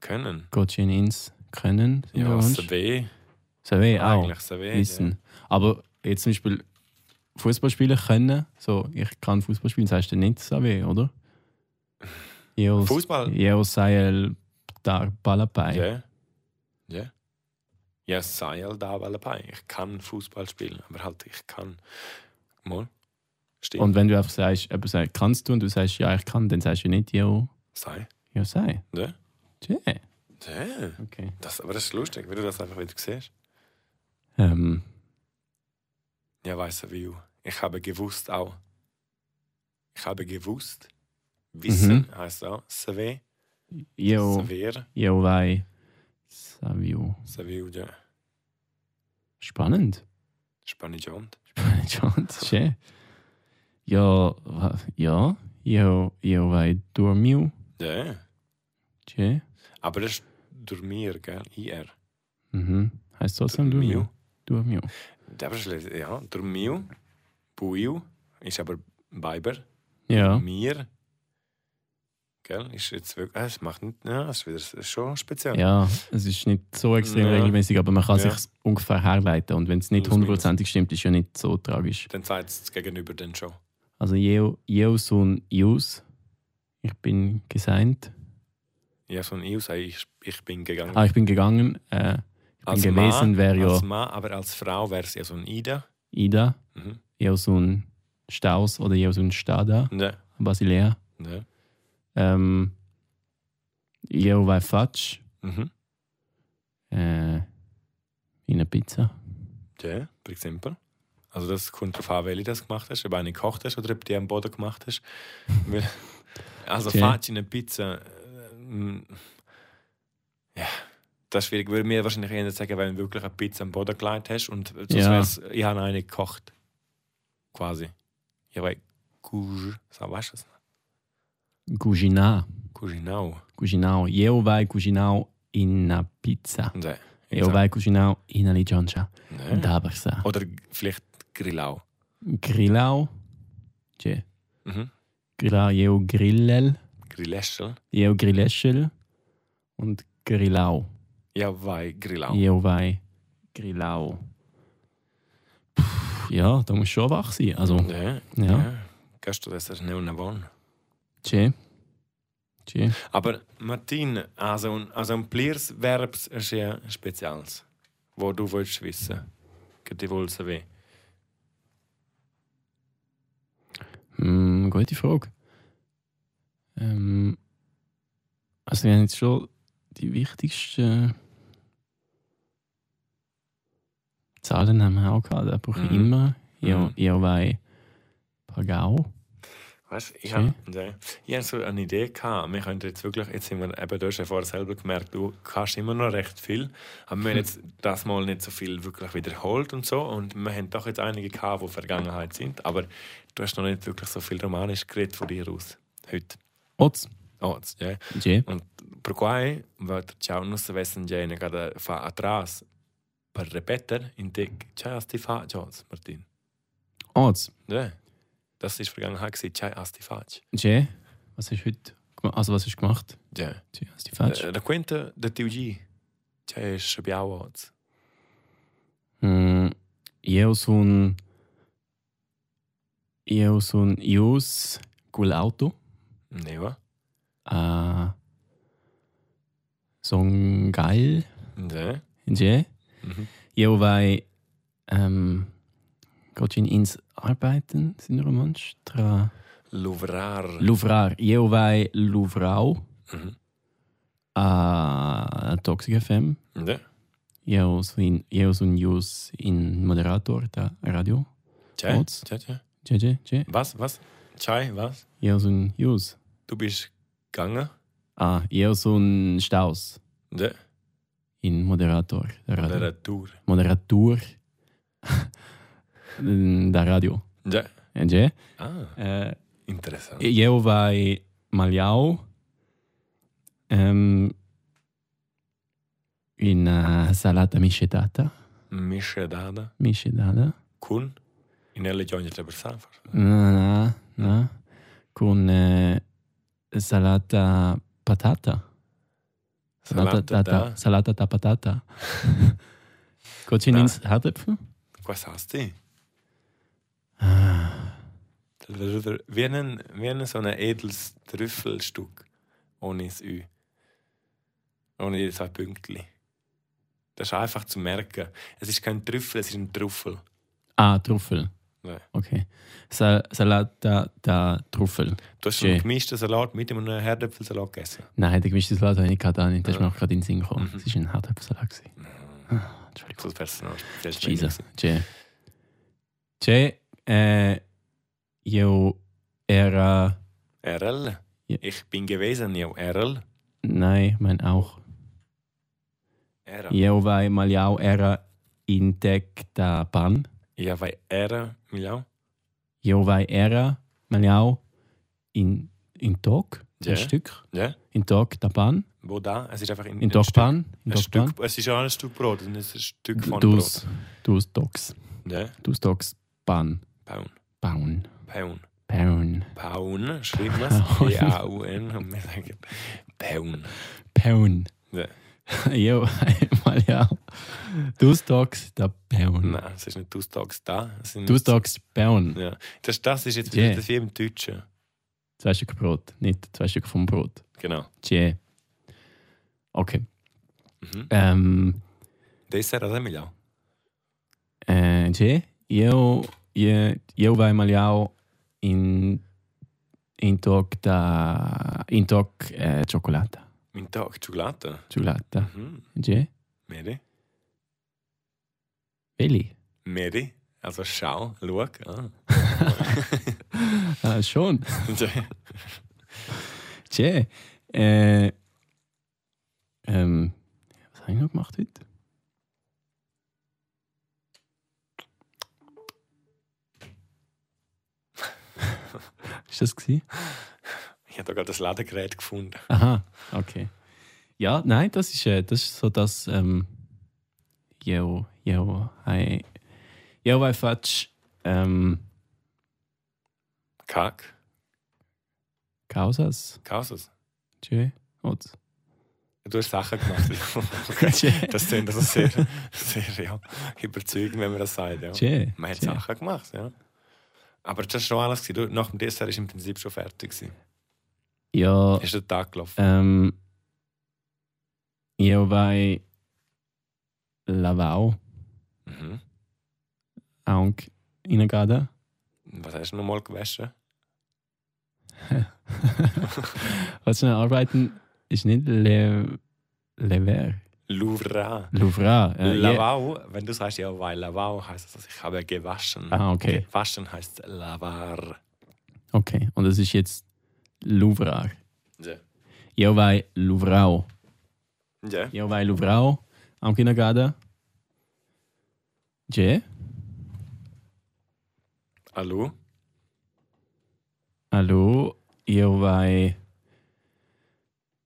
S1: Können.
S2: Gotchen ins können.
S1: Ja, Sabe,
S2: Sabe auch.
S1: eigentlich Sabe.
S2: Wissen. Aber jetzt zum Beispiel Fußball spielen können. So, ich kann Fußball spielen, das heißt dann nicht Sabe,
S1: Ja.
S2: oder? Jeos,
S1: Fußball.
S2: Jeos sei el dar balapai.
S1: Ja. Ja. Ja, sei all da Wallapai. Ich kann Fußball spielen, aber halt, ich kann. Mal. Stimmt.
S2: Und wenn du einfach sagst, jemand sagt, kannst du und du sagst, ja, ich kann, dann sagst du nicht, ja,
S1: sei.
S2: ja, sei.
S1: Ja.
S2: Tja,
S1: Ja.
S2: okay.
S1: Das, aber das ist lustig, wenn du das einfach wieder siehst.
S2: Ähm,
S1: Ja, weiß er wie. Ich habe gewusst auch. Ich habe gewusst. Wissen heißt auch. Save.
S2: Mhm. jo,
S1: Saver.
S2: jo, wei, savio.
S1: Saveu, ja.
S2: Spannend.
S1: Spanisch und.
S2: Spannend, schön. Ja, wa- ja, jo, jo, wei, dormiu.
S1: Ja.
S2: Tja,
S1: Aber das ist Dormir, gell? IR.
S2: mhm. Heißt trotzdem dormiu? Dormiu.
S1: Aber das ist, ja, Dormiu. Buiu. Ist aber Biber.
S2: Ja,
S1: Mir. Gell? Ist jetzt wirklich. Ah, es macht nicht. Ja, es ist wieder es ist schon speziell.
S2: ja, es ist nicht so extrem
S1: Ja.
S2: regelmäßig, aber man kann
S1: Ja.
S2: sich ungefähr herleiten. Und wenn es nicht
S1: Plus, minus.
S2: hundertprozentig stimmt, ist ja nicht so tragisch.
S1: Dann zeigt es gegenüber dann schon.
S2: Also Jeo, Jeo Sun Jus. Ich bin gesigned.
S1: Ja, so ein Ich sage, ich, ich bin gegangen.
S2: Ah, ich bin gegangen. Äh, ich bin
S1: Als
S2: gewesen
S1: Mann,
S2: wäre
S1: Als
S2: ja
S1: Mann, aber als Frau wäre es ja so ein Ida.
S2: Ida,
S1: Mhm.
S2: Jeo Sun Staus oder Jeo Sun Stada,
S1: Ne,
S2: Basilea.
S1: ne.
S2: Ähm, Jeo Wei Fatsch.
S1: Mhm.
S2: Äh, in eine Pizza.
S1: Ja, per exempel. Also das kommt darauf an, welche das gemacht hast, ob eine gekocht hast oder ob die am Boden gemacht hast. Weil- also
S2: Okay.
S1: Fatsch in eine Pizza. äh, mm, Ja, das ist schwierig. Würde mir wahrscheinlich eher sagen, wenn du wirklich eine Pizza am Boden gelegt hast und sonst
S2: Ja.
S1: wär's, ich habe eine gekocht. Quasi. Ja, weil Couge, weißt du das?
S2: Cuginao.
S1: Couginau.
S2: Cuginao. Jeo Wei Cuginao in eine Pizza.
S1: Ne,
S2: Jeo Wei Cuginao in eine Ligiancia.
S1: ne.
S2: Dabersa.
S1: Oder vielleicht Grillau.
S2: Grillau. Tje.
S1: Mhm.
S2: Grillau. Jeo Grillel.
S1: Grilleschel.
S2: Jeo Grilleschel und Grillau.
S1: Ja, weil Grillau.
S2: Jeo wei Grillau. Puh, ja, da muss schon wach sein. Also,
S1: Ja.
S2: ja.
S1: ja. Kannst du das erst nicht wollen.
S2: Tje. Tje.
S1: Aber Martin, also, ein- also ein Pliersverb ist ja ein Spezielles, wo du willst wissen. Geht dir wohl so weh.
S2: Hm, gute Frage. Ähm, also, wir haben jetzt schon die wichtigsten Zahlen haben wir auch gehabt. Da brauche ich
S1: Mhm.
S2: immer. Ja,
S1: Mhm.
S2: ja, wei Pagau.
S1: Weißt, du, ich
S2: Okay.
S1: habe ja, ich hab so eine Idee gehabt. Wir könnten jetzt wirklich, jetzt sind wir eben, du hast ja vorher selber gemerkt, du kannst immer noch recht viel. Aber wir haben jetzt das Mal nicht so viel wirklich wiederholt und so. Und wir haben doch jetzt einige gehabt, die Vergangenheit sind. Aber du hast noch nicht wirklich so viel Romanisch geredet von dir aus. Heute.
S2: Oz.
S1: Oh, jetzt, ja.
S2: Je.
S1: Por quai, vă treceau, nu se vezi în gene, că de fa atras, per ripetere in te c'è asti faccios, Martin.
S2: Orts.
S1: Ja. Das ist Vergangenheit gewesen, c'è asti facci.
S2: Jay, was hast du heute gemacht? Also, was hast du gemacht?
S1: Ja.
S2: Du hast die Fatsch.
S1: Da quinta da teu gi. C'è schabbiau oz.
S2: Hm, eu sun. Eu sun ius cul auto. Äh,
S1: Neva.
S2: a son geil.
S1: Ja.
S2: Je.
S1: Mhm.
S2: Jo, weil ähm, geht schon ins Arbeiten, sind wir manch? Tra.
S1: Louvrar.
S2: Louvrar. Jo, weil Louvrau
S1: Mhm.
S2: a Toxic FM.
S1: Ja.
S2: Jo, so in, jo, so in Jus in Moderator da Radio.
S1: C'è.
S2: Oz.
S1: C'è, c'è.
S2: Je, je, je.
S1: Was, was? C'è, was?
S2: Jo, so in Jus.
S1: Du bist gegangen?
S2: Ah, jo, so in Staus
S1: Ja.
S2: in Moderator da Radio.
S1: Literatur.
S2: Moderator da Radio. E,
S1: Ja.
S2: Je.
S1: Ah,
S2: Eh,
S1: interessant.
S2: eu vai malhau ehm, in eh, salata miscetata.
S1: Mischedada.
S2: Miscetata?
S1: Kun. In elle Johnny Trevor Sanford.
S2: No, no, no. Con eh, salata patata.
S1: Salata da.
S2: Salata da patata. Kotchen
S1: Da.
S2: ins Hartöpfel?
S1: Was hast du?
S2: Ah,
S1: Wie ein, wie ein so ein edles Trüffelstück. Ohne das Ü. Ohne die zwei Pünktchen. Das ist einfach zu merken. Es ist kein Trüffel, es ist ein Trüffel.
S2: ah, Trüffel.
S1: Ja.
S2: Okay. Sa salata da Trüffel.
S1: Du hast
S2: Okay.
S1: einen gemischten Salat mit einem Herdöpfelsalat gegessen.
S2: Nein, der gemischte Salat habe ich nicht gehabt, Dani. Das ist mir auch gerade in den Sinn gekommen.
S1: Mhm.
S2: Das ist ein Hartöpfelsalat. gewesen. Ah, Entschuldigung.
S1: So personal. Das ist
S2: Jesus.
S1: wenig.
S2: Che. Che, äh, io era.
S1: Erl.
S2: Ja.
S1: Ich bin gewesen, ja. Erl.
S2: Nein, mein auch.
S1: Erl.
S2: Io vai maliau era intecta pan.
S1: Ja, weil er, Milau.
S2: Io vai era maliau in, in toc,
S1: Ja.
S2: ein Stück.
S1: Ja.
S2: In toc da pan.
S1: Wo da? Es ist einfach in,
S2: In
S1: ein
S2: toc
S1: Stück-
S2: pan. In
S1: Ein
S2: toc pan.
S1: Stück, es ist auch ein Stück Brot, und es ist ein Stück von ne?
S2: Dus, dus tocs.
S1: Brot. Ja.
S2: Dus tocs pan.
S1: Paun.
S2: Bauen.
S1: Paun.
S2: Bauen.
S1: Paun, schreibt man es.
S2: Paun.
S1: P-A-U-N. Und wir sagen Paun.
S2: Paun.
S1: Ja.
S2: Jo, einmal ja. Du sagst da Paun.
S1: Nein, es ist nicht «Du sagst da». Es sind-
S2: Du sagst Paun.
S1: Ja. Das, das ist jetzt
S2: Ja.
S1: wieder das wie im Deutschen.
S2: Zwei Stück Brot, nicht zwei Stück vom Brot.
S1: Genau.
S2: Tje. Okay.
S1: Mhm.
S2: Ähm,
S1: Dessert also, oder Milau?
S2: äh, tje. Jo, je, jo war einmal ja in in Tag da in Tag äh, Schokolade.
S1: Mein Tag, Schokolade.
S2: Schokolade.
S1: Mhm.
S2: Tje.
S1: Meri.
S2: Willi.
S1: Meri. Also schau, schau. Ah.
S2: Ah, schon.
S1: Ja.
S2: Tje. Äh, ähm, was habe ich noch gemacht heute? Ist das gewesen?
S1: ich habe da gerade das Ladegerät gefunden.
S2: Aha, okay. Ja, nein, das ist, äh, das ist so das. Ähm, yo, yo, hi. Yo, hi, Fatsch. Ähm,
S1: Kack.
S2: Causas.
S1: Kasus.
S2: Tschö. Otz.
S1: Du hast Sachen gemacht. okay.
S2: Tschö.
S1: Das klingt also sehr, sehr ja, überzeugend, wenn man das sagt. Ja.
S2: Tschö.
S1: Man hat
S2: Tschö.
S1: Sachen gemacht, ja. Aber das war schon alles. gewesen. Du, nach dem Dessert war im Prinzip schon fertig. gewesen.
S2: Ja.
S1: Ist der Tag gelaufen?
S2: Ähm, ja, bei Lavau
S1: Mhm.
S2: auch reingehen.
S1: Was hast du nochmal gewaschen?
S2: Was wir arbeiten, ist nicht Le Lever.
S1: Louvra.
S2: Louvra. Äh, ja.
S1: Lavau, wenn du sagst, ja, weil Lavau heißt das, also ich habe gewaschen.
S2: Ah, okay.
S1: Gewaschen heißt Lavar.
S2: Okay. Und das ist jetzt Louvra.
S1: Ja.
S2: Ja, bei Louvrau.
S1: Ja.
S2: Ja, bei Louvrau auch reingehen. Je.
S1: Hallo?
S2: Hallo. Ja, bei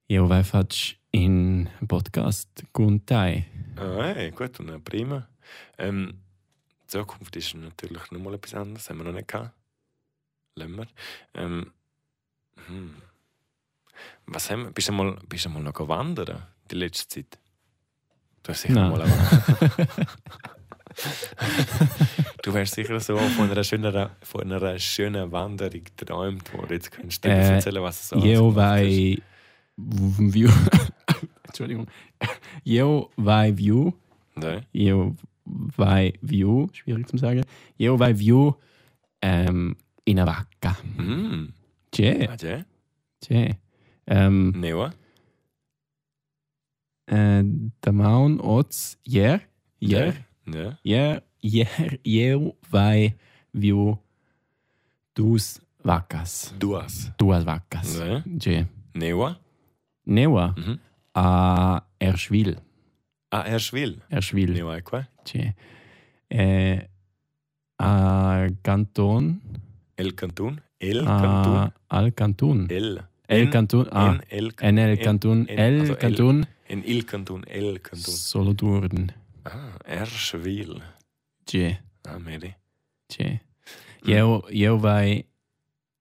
S2: Io Weifatsch in Podcast Guntai.
S1: Ah, hey, gut, und äh, prima. Ähm, die Zukunft ist natürlich noch mal etwas anderes, haben wir noch nicht gehabt. Lassen wir. Ähm, hm. Was haben wir? Bist du mal, bist du mal noch wandern die letzte Zeit? Du hast sicher
S2: Nein.
S1: mal eine- Du wärst sicher so von einer schönen, von einer schönen Wanderung geträumt, wo jetzt kannst du dir
S2: Äh,
S1: erzählen, was es so also alles
S2: Io
S1: gemacht hast.
S2: vai view. Entschuldigung. Io vai view.
S1: Nein.
S2: Io vai view. Schwierig zu sagen. Io vai view ähm, in a vacca.
S1: Mm.
S2: C'è,
S1: Ah, ja.
S2: c'è. Ähm,
S1: Neo.
S2: äh, der Maun Oz. Jer. Jer.
S1: Ja.
S2: Jer. Jer. Io vai view. Dus vacas.
S1: Duas.
S2: Duas vacas.
S1: Nein.
S2: C'è.
S1: Neo.
S2: Neua
S1: Mhm.
S2: a Erschwil.
S1: Ah, er schwil.
S2: Erschwil.
S1: Neo Aqua.
S2: C'è. Eh, a Canton.
S1: El Cantun. El Cantun.
S2: A, al äh, Cantun.
S1: El.
S2: El
S1: en-
S2: Cantun. Ah,
S1: En El
S2: en el
S1: en-
S2: Cantun.
S1: en- also
S2: El
S1: el-
S2: Cantun.
S1: En Il Cantun. El Cantun.
S2: Solo Durden.
S1: Ah, er schwil.
S2: C'è.
S1: Ah, Mary.
S2: C'è. Io, io vai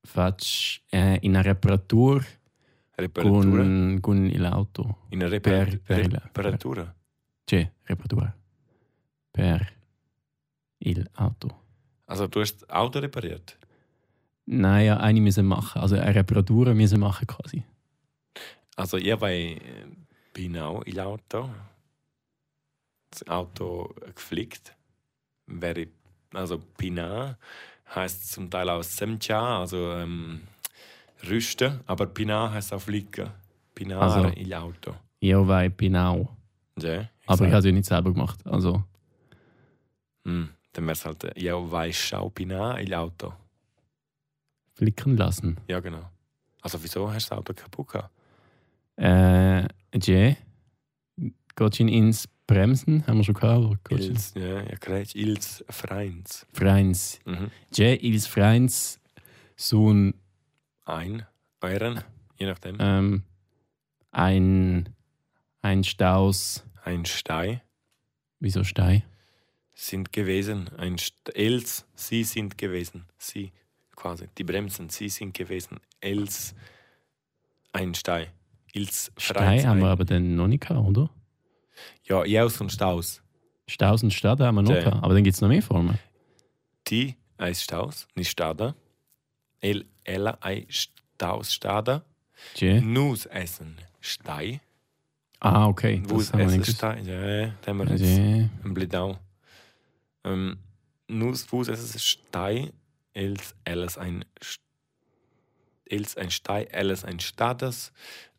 S2: faccio eh, in reparatura
S1: Reparatura.
S2: con, con l'auto.
S1: In Repar
S2: Per, per, il- per,
S1: Reparatura.
S2: c'è, reparatura. Per il Auto.
S1: Also, du hast das Auto repariert.
S2: Naja, eine müssen machen. Also eine Reparatur müssen machen quasi.
S1: Also, ich war, äh, bin auch im Auto. Das Auto geflickt. Wäre, also, Pina heißt zum Teil auch Semcha, also ähm, Rüsten, aber Pina heißt auch Flicken. Pina
S2: Also-
S1: im Auto.
S2: Ja, weil genau.
S1: Ja,
S2: Aber ich
S1: sag-
S2: habe es ja nicht selber gemacht. Also,
S1: Hm, dann wäre es halt, äh, ja, weiß auch Pina im Auto.
S2: flicken lassen.
S1: Ja, genau. Also, wieso hast du das Auto kaputt gehabt?
S2: Äh, Jay, gehst du ins Bremsen? Haben wir schon gehabt, aber gehst du ins
S1: Ils, ja, ja, korrekt. Ils Freins.
S2: Freins.
S1: Mhm.
S2: Jay, ils Freins, so ein,
S1: Ein, euren, je nachdem.
S2: ähm, ein, ein Staus,
S1: Ein Stein.
S2: wieso Stein?
S1: sind gewesen. Ein St Els, sie sind gewesen. Sie, quasi. Die Bremsen, sie sind gewesen. Els, ein Stein. Ils,
S2: Stein
S1: Freien,
S2: haben wir
S1: ein-
S2: aber dann noch nicht gehabt, oder?
S1: Ja, Jaus und Staus.
S2: Staus und Stadt haben wir noch
S1: Jay.
S2: gehabt, aber dann gibt es noch mehr Formen.
S1: Die, ein Staus, nicht Stada. El, Ella, ein Staus, Stada.
S2: Jay.
S1: Nus essen, Stein.
S2: Ah, okay,
S1: Wo
S2: das
S1: ist
S2: haben wir
S1: essen,
S2: nicht gewusst.
S1: Stein? Ja, da haben wir jetzt
S2: Jay.
S1: einen Blidau. Ähm, Nus, Fuß, es ist Stein. Els, alles ein Stein. Ils ein Stei, alles ein Stades,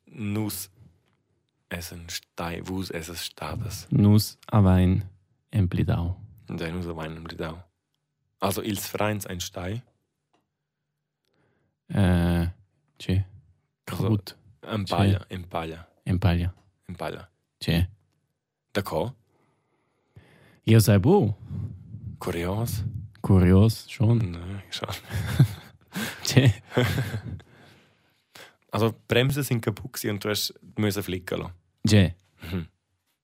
S1: Nus es ein Stei, Wus es ein Stades.
S2: Nus Avein Emplidau.
S1: Und sein Nus weinen und Lidau. Also Ils Freins ein Stei,
S2: Äh, Tschä.
S1: Also
S2: Krut
S1: ein Palla, ein Palla,
S2: Empalja.
S1: ein Palla.
S2: Tschä.
S1: D'accord,
S2: Io sei bo.
S1: kurios.
S2: Kurios schon.
S1: Nein, schau.
S2: Tschä.
S1: Also die Bremsen sind kaputt gewesen und du hast müssen flicken lassen.
S2: Tschä.
S1: Mhm.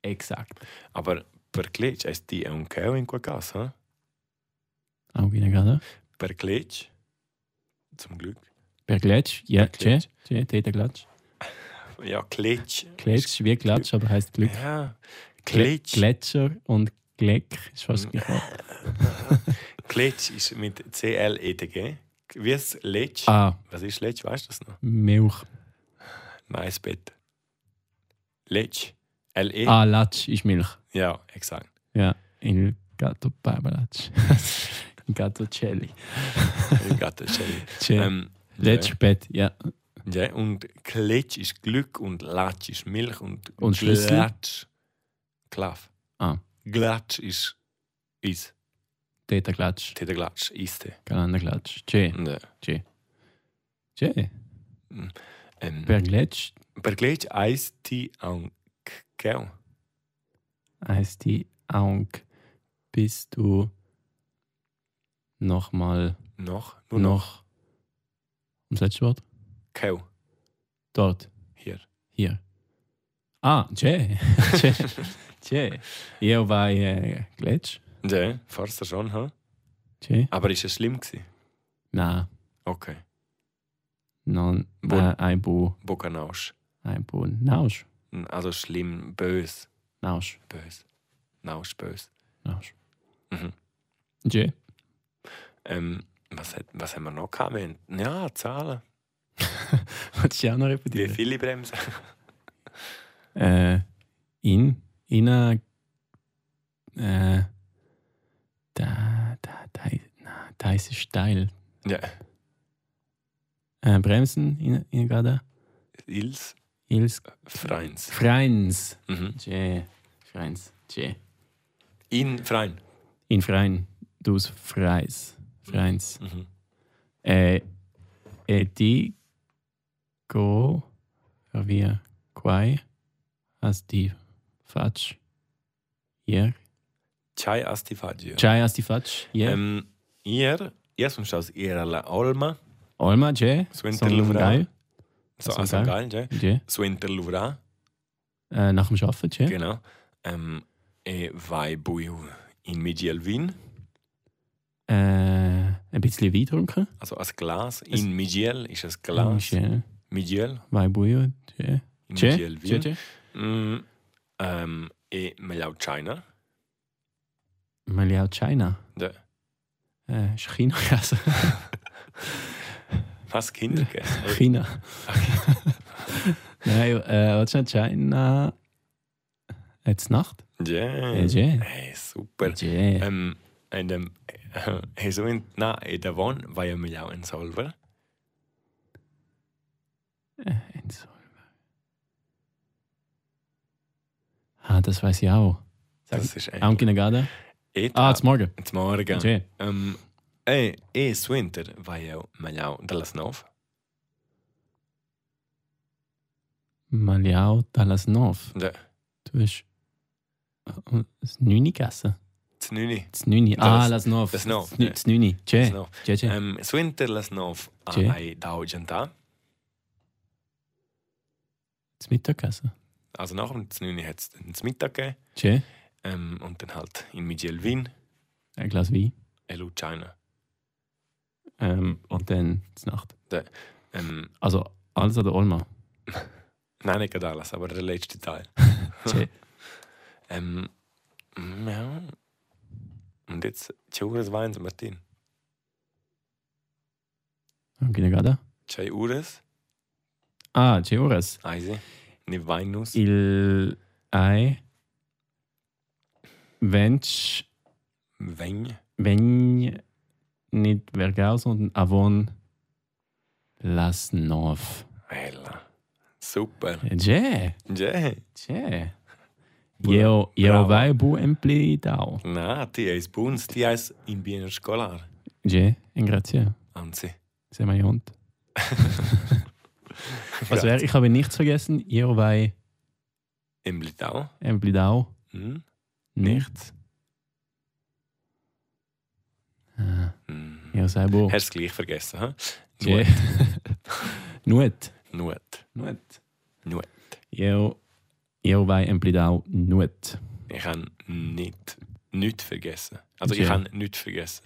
S2: Exakt.
S1: Aber per Glitch ist die ein Kau in Quakas, hä?
S2: Auch wieder gerade.
S1: Per Glitch, zum Glück.
S2: Per Gletsch. Ja,
S1: Per Gletsch.
S2: Tschä. Tschä. Täter Glatsch.
S1: Ja, Glitch.
S2: Gletsch wie Glatsch, aber heißt Glück.
S1: Ja, Glitch.
S2: Gletsch. Gletscher und Gleck ist fast
S1: Mhm.
S2: das gleiche Wort.
S1: Kletsch ist mit C-L-E-T-G. Wie ist Letsch?
S2: Ah,
S1: Was ist Letsch? Weißt du das noch?
S2: Milch.
S1: Nice Bett. Letsch. L-E?
S2: Ah, Latsch ist Milch.
S1: Ja, exakt.
S2: Ja. Il Gatto Parmalatsch. Il Gatto Celli.
S1: Ich hatte Shelly.
S2: Tschä.
S1: Ähm,
S2: Letsch Bett. Ja.
S1: ja. ja, und Kletsch ist Glück und Latsch ist Milch und,
S2: Und Schlüssel?
S1: Glatsch. Klaff.
S2: Ah.
S1: Glatsch ist Is.
S2: Täter Glatsch.
S1: Täter Glatsch, Iste. äh,
S2: Kalender Glatsch. Tschä.
S1: Ja.
S2: Tschä.
S1: Mhm. Ähm,
S2: Per Gletsch
S1: per Gletsch Eis, Tee und Kakao.
S2: heißt die Aunk. Bist du nochmal
S1: Noch? Nur noch
S2: noch. Und das letzte Wort?
S1: Kau.
S2: Dort.
S1: Hier.
S2: Hier. Ah, Che. che. che. Io war äh, Gletsch.
S1: Ja, fast schon, ha?
S2: Che.
S1: Aber ist es schlimm gewesen?
S2: Nein,
S1: Okay.
S2: non.
S1: Wo-
S2: Äh, ein Bu.
S1: Bokanausch.
S2: Ein Bu. Nausch.
S1: Also schlimm, bös,
S2: Nausch.
S1: bös. Nausch, bös.
S2: Nausch.
S1: Mhm.
S2: Che.
S1: Ähm, was, hat, was haben wir noch gehabt? Wir haben- Ja, Zahlen.
S2: Wolltest du ja auch noch
S1: Wie
S2: repetieren?
S1: viele Bremsen?
S2: Äh, in. In a, Äh. Da. Da. Da. Na, da ist es steil.
S1: Ja.
S2: Äh, Bremsen. In, in gerade.
S1: Ils,
S2: Ils.
S1: Freins.
S2: Freins.
S1: Mhm.
S2: Che. Freins. Che.
S1: In Freien.
S2: In Freien. Du Freis. Freins.
S1: Mhm.
S2: Eh, eh, di go via quai as di fac hier.
S1: Chai Astifagio.
S2: Chai as di fac hier.
S1: Ähm, ihr, ihr sonst aus ihrer La Olma,
S2: Olma je.
S1: Swinterluvra. So,
S2: Das ist
S1: also geil, ja.
S2: Je.
S1: Swinterluvra,
S2: Äh, nach dem Schaffen je.
S1: genau. Ähm, e vai buiu in Migielvin,
S2: Äh, ein bisschen Wein trinken. äh,
S1: also als Glas.
S2: Es-
S1: In Migiel ist ein Glas.
S2: Je.
S1: Migiel,
S2: Vai buio. Je.
S1: in
S2: Je. Je.
S1: Migielvin.
S2: je.
S1: Mm, ähm, e Melau China,
S2: Mal ja China.
S1: Ja.
S2: Äh, ist China gegessen.
S1: was Kinder gegessen. Ey,
S2: China. Nein, äh, was ist China? Jetzt Nacht?
S1: Ja.
S2: Äh, je.
S1: Hey, super.
S2: Je.
S1: Ähm, und, ähm, äh, so in, na, in der Wohn war ja Melau in Solver.
S2: Äh, Insolver. Ah, das weiß ich auch. Sag-
S1: Das ist echt.
S2: Am Kindergarten?
S1: Et-
S2: Ah, zum Morgen.
S1: Jetzt morgen.
S2: Je.
S1: Ähm, ey, eh, es Winter, weil ja Malau Dallas Nov.
S2: Maliao, Dallas Nov.
S1: Ja.
S2: Du hast. äh, Das Nüni gegessen.
S1: Das Nüni.
S2: Das Nüni.
S1: Das-
S2: Ah, Las Nov.
S1: das Nov,
S2: Nü-
S1: ja.
S2: Das Nüni.
S1: Das
S2: Je.
S1: Nov.
S2: Je, je.
S1: Ähm, es Winter Dallas Nov. Ah,
S2: Tschä.
S1: ei, da auch da.
S2: Das Mittagessen.
S1: Also nach dem Znüni hat es dann das Mittag gegeben.
S2: Je.
S1: Ähm, und dann halt in Migel Wien,
S2: Ein Glas Wein.
S1: Elu China.
S2: Ähm, und dann zur Nacht.
S1: Ähm,
S2: Also alles an der Olma.
S1: nein, nicht alles, aber der letzte Teil.
S2: Che.
S1: Ähm, mm, ja. Und jetzt, zwei Uhr Wein, Martin.
S2: Am Kindergarten?
S1: Zwei Uhr,
S2: Ah, Che Ures.
S1: Eise. Nicht Weinnuss.
S2: Il ei Vench
S1: Wein.
S2: wenn nicht Vergau, sondern Avon Las Nov.
S1: Ella. Super.
S2: Je,
S1: Yeah.
S2: je.
S1: Bra-
S2: Jeo, jeo
S1: bravo.
S2: vai bu empli dau.
S1: Na, die ist bei uns, die ist in Wiener Scholar.
S2: Je, in grazie.
S1: Anzi.
S2: Sei mein Hund. Was wäre, ich habe nichts vergessen. Jeo vai
S1: Im Litau?
S2: empli dau.
S1: Hm?
S2: Nichts. Ah,
S1: Hm.
S2: Jeo sei bu.
S1: Hast du gleich vergessen, hä?
S2: Je. Nuet.
S1: Nut.
S2: Nuet.
S1: Nuet.
S2: Jeo, jeo vai empli dau nuet.
S1: Ich habe nicht, nicht vergessen. Also
S2: Ja.
S1: ich habe nichts vergessen.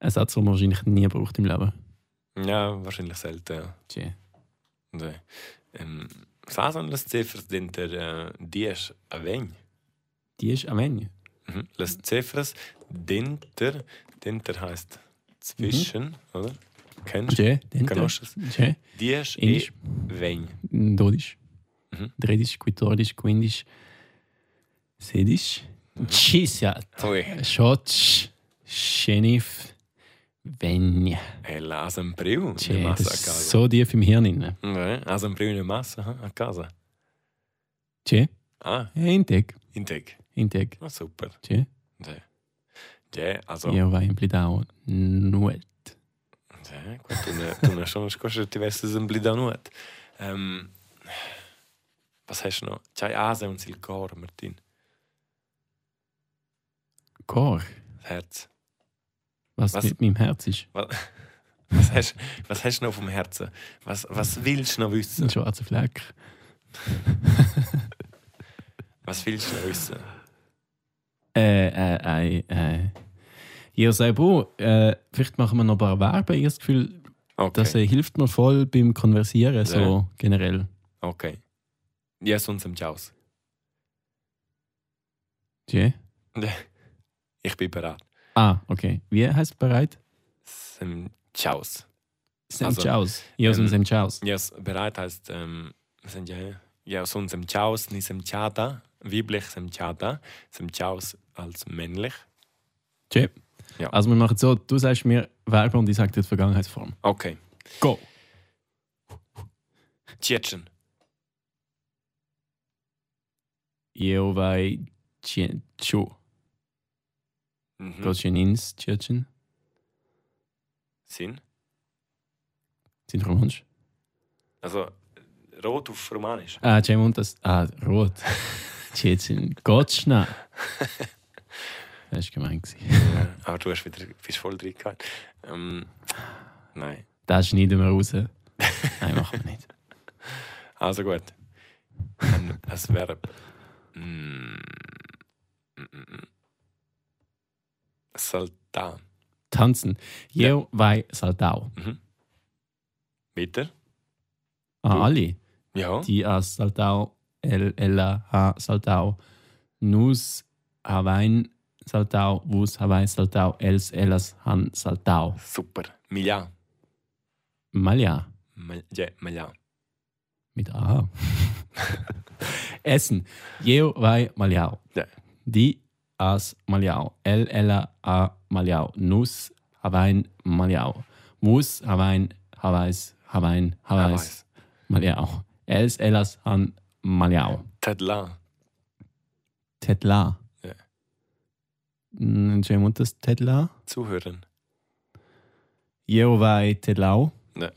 S2: Ein Satz, den man wahrscheinlich nie braucht im Leben.
S1: Ja, wahrscheinlich selten. ja.
S2: Tje.
S1: Und, äh, Ähm, Sasan las Ziffers sind der äh, Dies Avein.
S2: Die ist am Ende.
S1: Mhm. Las Ziffers dinter, dinter heißt
S2: Mhm.
S1: zwischen, oder? Kennst du?
S2: Tje. Dente.
S1: Kennst du es?
S2: Tje.
S1: Dies
S2: Indisch.
S1: Avein.
S2: Dodisch.
S1: Mhm.
S2: Dredisch, Quitordisch, Quindisch. Sedisch. Chisja.
S1: Ui.
S2: Schotsch. Schenif. Venja.
S1: Ella, has un preu de
S2: Tje. Das
S1: massa a
S2: ist
S1: casa.
S2: so tief im Hirn. Inne.
S1: Ne? Has un preu de massa eh, a casa.
S2: Tje.
S1: Ah,
S2: Integ.
S1: integ.
S2: Integ.
S1: Ah, super.
S2: Tje.
S1: Ne. Ja, also,
S2: Io vai in Plidao. Nuet.
S1: ja, gut, du ne, du ne schon skosch, du weißt es ein blida nuot. Ähm, was hast du noch? Chai Ase und Silkor, Martin.
S2: Kor.
S1: Das Herz.
S2: Was,
S1: Was?
S2: mit meinem Herz ist.
S1: Was hast, was hast du noch vom Herzen? Was, was willst du noch wissen?
S2: Ein schwarzer Fleck.
S1: Was willst du wissen?
S2: Äh, äh, äh, äh. Ja, Sebo, äh, vielleicht machen wir noch ein paar Werbe. Ich habe das Gefühl,
S1: Okay.
S2: das äh, hilft mir voll beim Konversieren, so generell.
S1: okay. Jetzt uns im Chaos.
S2: Tje?
S1: Ich bin bereit.
S2: Ah, okay. Wie heißt bereit?
S1: Sim Chaos.
S2: Sam
S1: Also,
S2: Chaos. Ja, so
S1: ähm,
S2: Sam Chaos.
S1: Yes, bereit heißt, ähm, sind ja, ja, aus unserem Chaos, nicht im Chata, weiblich sind Chata, sind Chaos als männlich.
S2: Tje?
S1: Ja.
S2: Also, wir machen so: du sagst mir Werbe und ich sage dir die Vergangenheitsform.
S1: Okay.
S2: Go!
S1: Tschetschen.
S2: Jeowaj Tschenchu.
S1: Mhm.
S2: Gotschenins Tschetschen.
S1: Sinn.
S2: Sind Romansch?
S1: Also, rot auf Romanisch.
S2: Ah, Tschemun, das. Ah, Rot. Tschetschen. Gotschna. Das war gemein. gewesen.
S1: Ja, aber du hast wieder bist voll drin gehabt. Ähm, nein.
S2: Das schneiden wir raus. Nein, machen wir nicht.
S1: Also gut. Ein, ein Verb. Mm. Mm, mm, mm. Saltan.
S2: Tanzen. Jeowaj Saltau.
S1: Weiter?
S2: Ah, alle.
S1: Ja.
S2: Die a Saltau, El Ella ha Saltau, Nus Hawain Saltau, Wus Hawaii Saltau, Els Ellas Han Saltau.
S1: Super. Milja.
S2: Malja
S1: Mal- Ja, Milja.
S2: mit A. Essen. Jeo vai Maljau.
S1: Ja.
S2: Die as Maljau. El Ella a Maljau. Nus Hawain Maljau. Mus Hawain Hawais Hawain Hawais
S1: Ah, Weiß.
S2: Maljau. Els Ellas Han Maljau.
S1: Tadla.
S2: Tetla.
S1: Ja.
S2: Mm, Jay Montes Tetla.
S1: Zuhören.
S2: Jeovai Tetlau.
S1: Ja.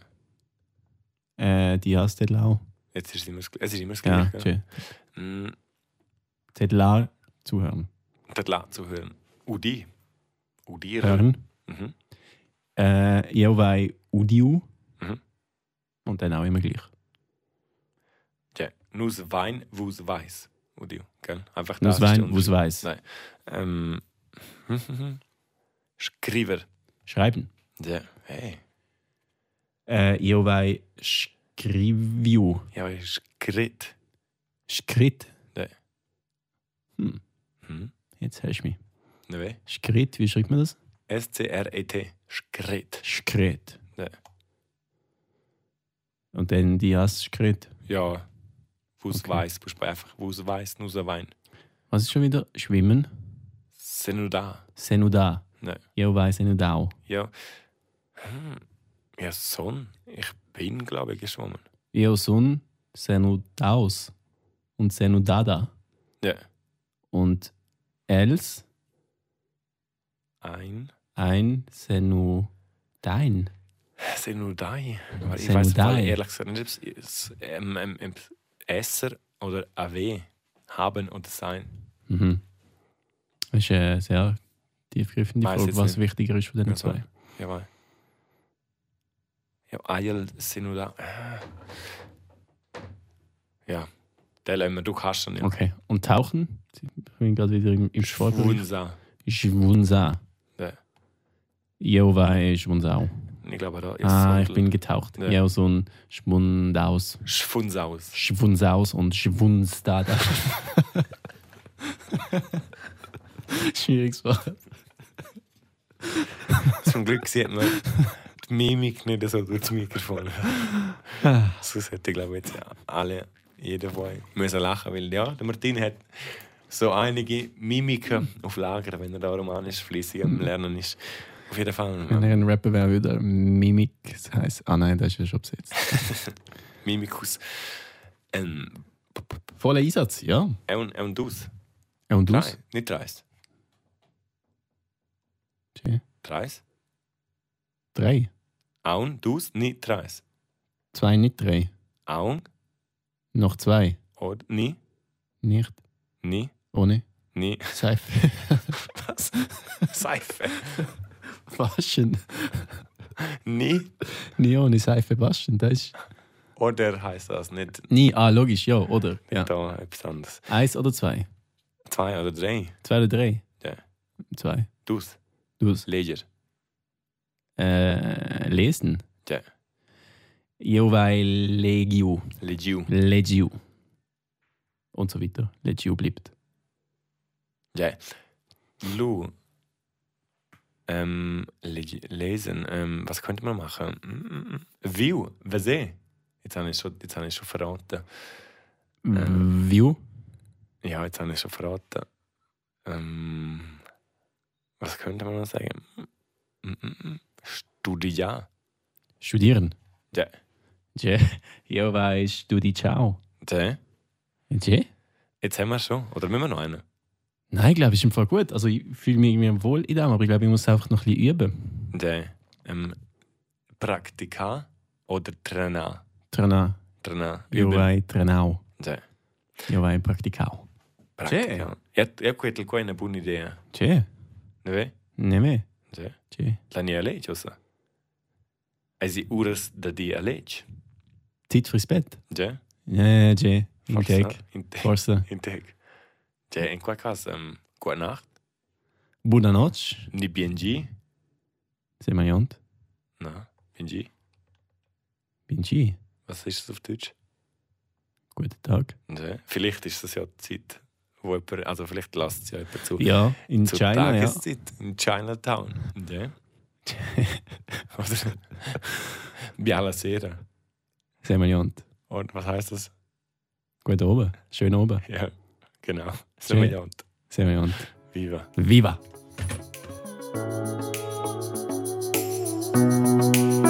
S2: Äh, Dias Tetlau.
S1: Jetzt ist immer, das- es ist immer das
S2: Ja,
S1: Gleiche.
S2: Jay.
S1: Mm,
S2: Tetlar zuhören.
S1: Tadla. Zuhören. Udi. Udieren.
S2: Hören.
S1: Mhm.
S2: Äh, Jeovai Udiu.
S1: Mhm.
S2: Und dann auch immer gleich.
S1: Ja. Nus Wein, wus Weiß. Udi. Gell? Einfach das.
S2: Nus
S1: ist der
S2: wein, wus
S1: Unterschied.
S2: weiß.
S1: Nein. Ähm. Schreiber.
S2: Schreiben.
S1: Ja. Hey.
S2: Äh, Jeovai Scriviu.
S1: Ja, Schritt.
S2: Skrit.
S1: Ja.
S2: Hm,
S1: Hm?
S2: jetzt hörst du mich.
S1: Ne weh?
S2: Skrit, wie schreibt man das?
S1: S-C-R-E-T. Schritt.
S2: Skrit.
S1: Ja.
S2: Und dann Dias Skrit.
S1: Ja. Wus
S2: Okay.
S1: Weiß. Wus einfach. Wus Weiß, Nus Wein.
S2: Was ist schon wieder? Schwimmen.
S1: Sind nur da.
S2: Senuda.
S1: Nein.
S2: Jeovai Senudau.
S1: Ja. Hm. Ja, Son. Ich bin, glaube ich, geschwommen.
S2: Jeosun Senudaus. Und Senudada.
S1: Ja.
S2: Und Els
S1: Ein.
S2: ein Senudein.
S1: Sind nur da. Aber ich
S2: Sind
S1: weiß
S2: nur da.
S1: ehrlich gesagt nicht, ob es- es ähm, ähm, ähm, Esser oder AW haben oder sein.
S2: Mhm. Das ist eine sehr tiefgreifende
S1: Weiss
S2: Frage,
S1: jetzt
S2: was
S1: nicht.
S2: wichtiger ist von den
S1: Ja,
S2: zwei.
S1: Jawohl. Ja, Eier sind nur da. Ah. Ja, der lassen wir, du kannst schon. Ja.
S2: Okay. Und Tauchen? Ich bin gerade wieder im, im Sport.
S1: Schwunsa.
S2: Schwunsa.
S1: Ja.
S2: Jeovai Schwunsau.
S1: Ich glaube, da ist
S2: Ah, ich
S1: Sondel.
S2: bin getaucht.
S1: Ja.
S2: Ja, so ein Schmundaus.
S1: Schwunsaus.
S2: Schwunsaus und Schwunsdada. Schwieriges Wort.
S1: Zum Glück sieht man die Mimik nicht so durch das Mikrofon. Sonst hätte ich glaube ich, jetzt alle, jeder von euch müssen lachen, weil ja, der Martin hat so einige Mimiken auf Lager, wenn er da romanisch fließig am Lernen ist. Auf jeden Fall.
S2: Wenn
S1: Ja.
S2: er ein Rapper wäre, würde er Mimik heißen. Ah nein, das ist ja schon besetzt.
S1: Mimikus. Ähm,
S2: Voller Einsatz, ja.
S1: äh und, äh und aus.
S2: Ja, Und du?
S1: Nein, nicht dreist.
S2: Tschä.
S1: Dreist?
S2: Drei.
S1: Aun, dus, nicht dreist.
S2: Zwei, nicht drei.
S1: Aun,
S2: Noch zwei.
S1: oder, ni,
S2: Nicht
S1: ni,
S2: ohne
S1: ni.
S2: Seife.
S1: Was? Seife.
S2: Waschen.
S1: Ni,
S2: Nie ohne Seife waschen. Das ist
S1: Oder heißt das nicht
S2: Nie, ah, logisch, ja, oder? Ja.
S1: da etwas anderes?
S2: Eins oder zwei?
S1: Zwei oder drei?
S2: Zwei oder drei?
S1: Ja.
S2: Zwei.
S1: Dus.
S2: Du es.
S1: Leger.
S2: Äh, lesen?
S1: Ja.
S2: Io vai legio.
S1: Legiu.
S2: Legio. Und so weiter. Legio bleibt.
S1: Ja. Lu. Ähm, leg- lesen. Ähm, was könnte man machen? Mm, mm, mm. View. Was eh? Jetzt habe ich schon, jetzt habe ich schon verraten. Ähm.
S2: View?
S1: Ja, jetzt habe ich schon verraten. Ähm, was könnte man noch sagen? Mm, mm, mm. Studia.
S2: Studieren.
S1: Ja.
S2: Ja. Io vai studi ciao.
S1: Ja.
S2: Ja.
S1: Jetzt haben wir schon. Oder müssen wir noch einen?
S2: Nein, ich glaube, ist im Fall gut. Also ich fühle mich irgendwie wohl in dem, aber ich glaube, ich muss es einfach noch ein bisschen üben.
S1: Ja. Ähm, Praktika oder Trainer.
S2: Trena.
S1: Trainer.
S2: Io vai trenau.
S1: Ja.
S2: Io vai practicau.
S1: Praktika. Ja, ecco il qua è una buona idea.
S2: C'è?
S1: Ne ve?
S2: Ne me?
S1: Ja.
S2: C'è.
S1: La ne alec, ossa. Eisi ures da di alec.
S2: Zeit fürs Bett.
S1: Ja.
S2: Ja, c'è. In
S1: Forse.
S2: tag.
S1: In tec.
S2: Forse.
S1: In tec. Ja, in qua cas, um, qua nacht,
S2: Buonanotte.
S1: ni BNG.
S2: Sei mai ont?
S1: Na, BNG.
S2: Bin G.
S1: Was ist das auf Deutsch?
S2: Guten Tag.
S1: Ja. Vielleicht ist das ja die Zeit, wo jemand, also vielleicht lasst es ja jemand zu.
S2: Ja, in
S1: Zur
S2: E China, ja.
S1: Tageszeit in Chinatown. Ja. Oder Bialasera.
S2: Sei mai ont.
S1: Und was heißt das?
S2: Gut oben. Schön oben.
S1: Ja, genau.
S2: Schön.
S1: Semajant.
S2: Sei mai ont.
S1: Viva.
S2: Viva!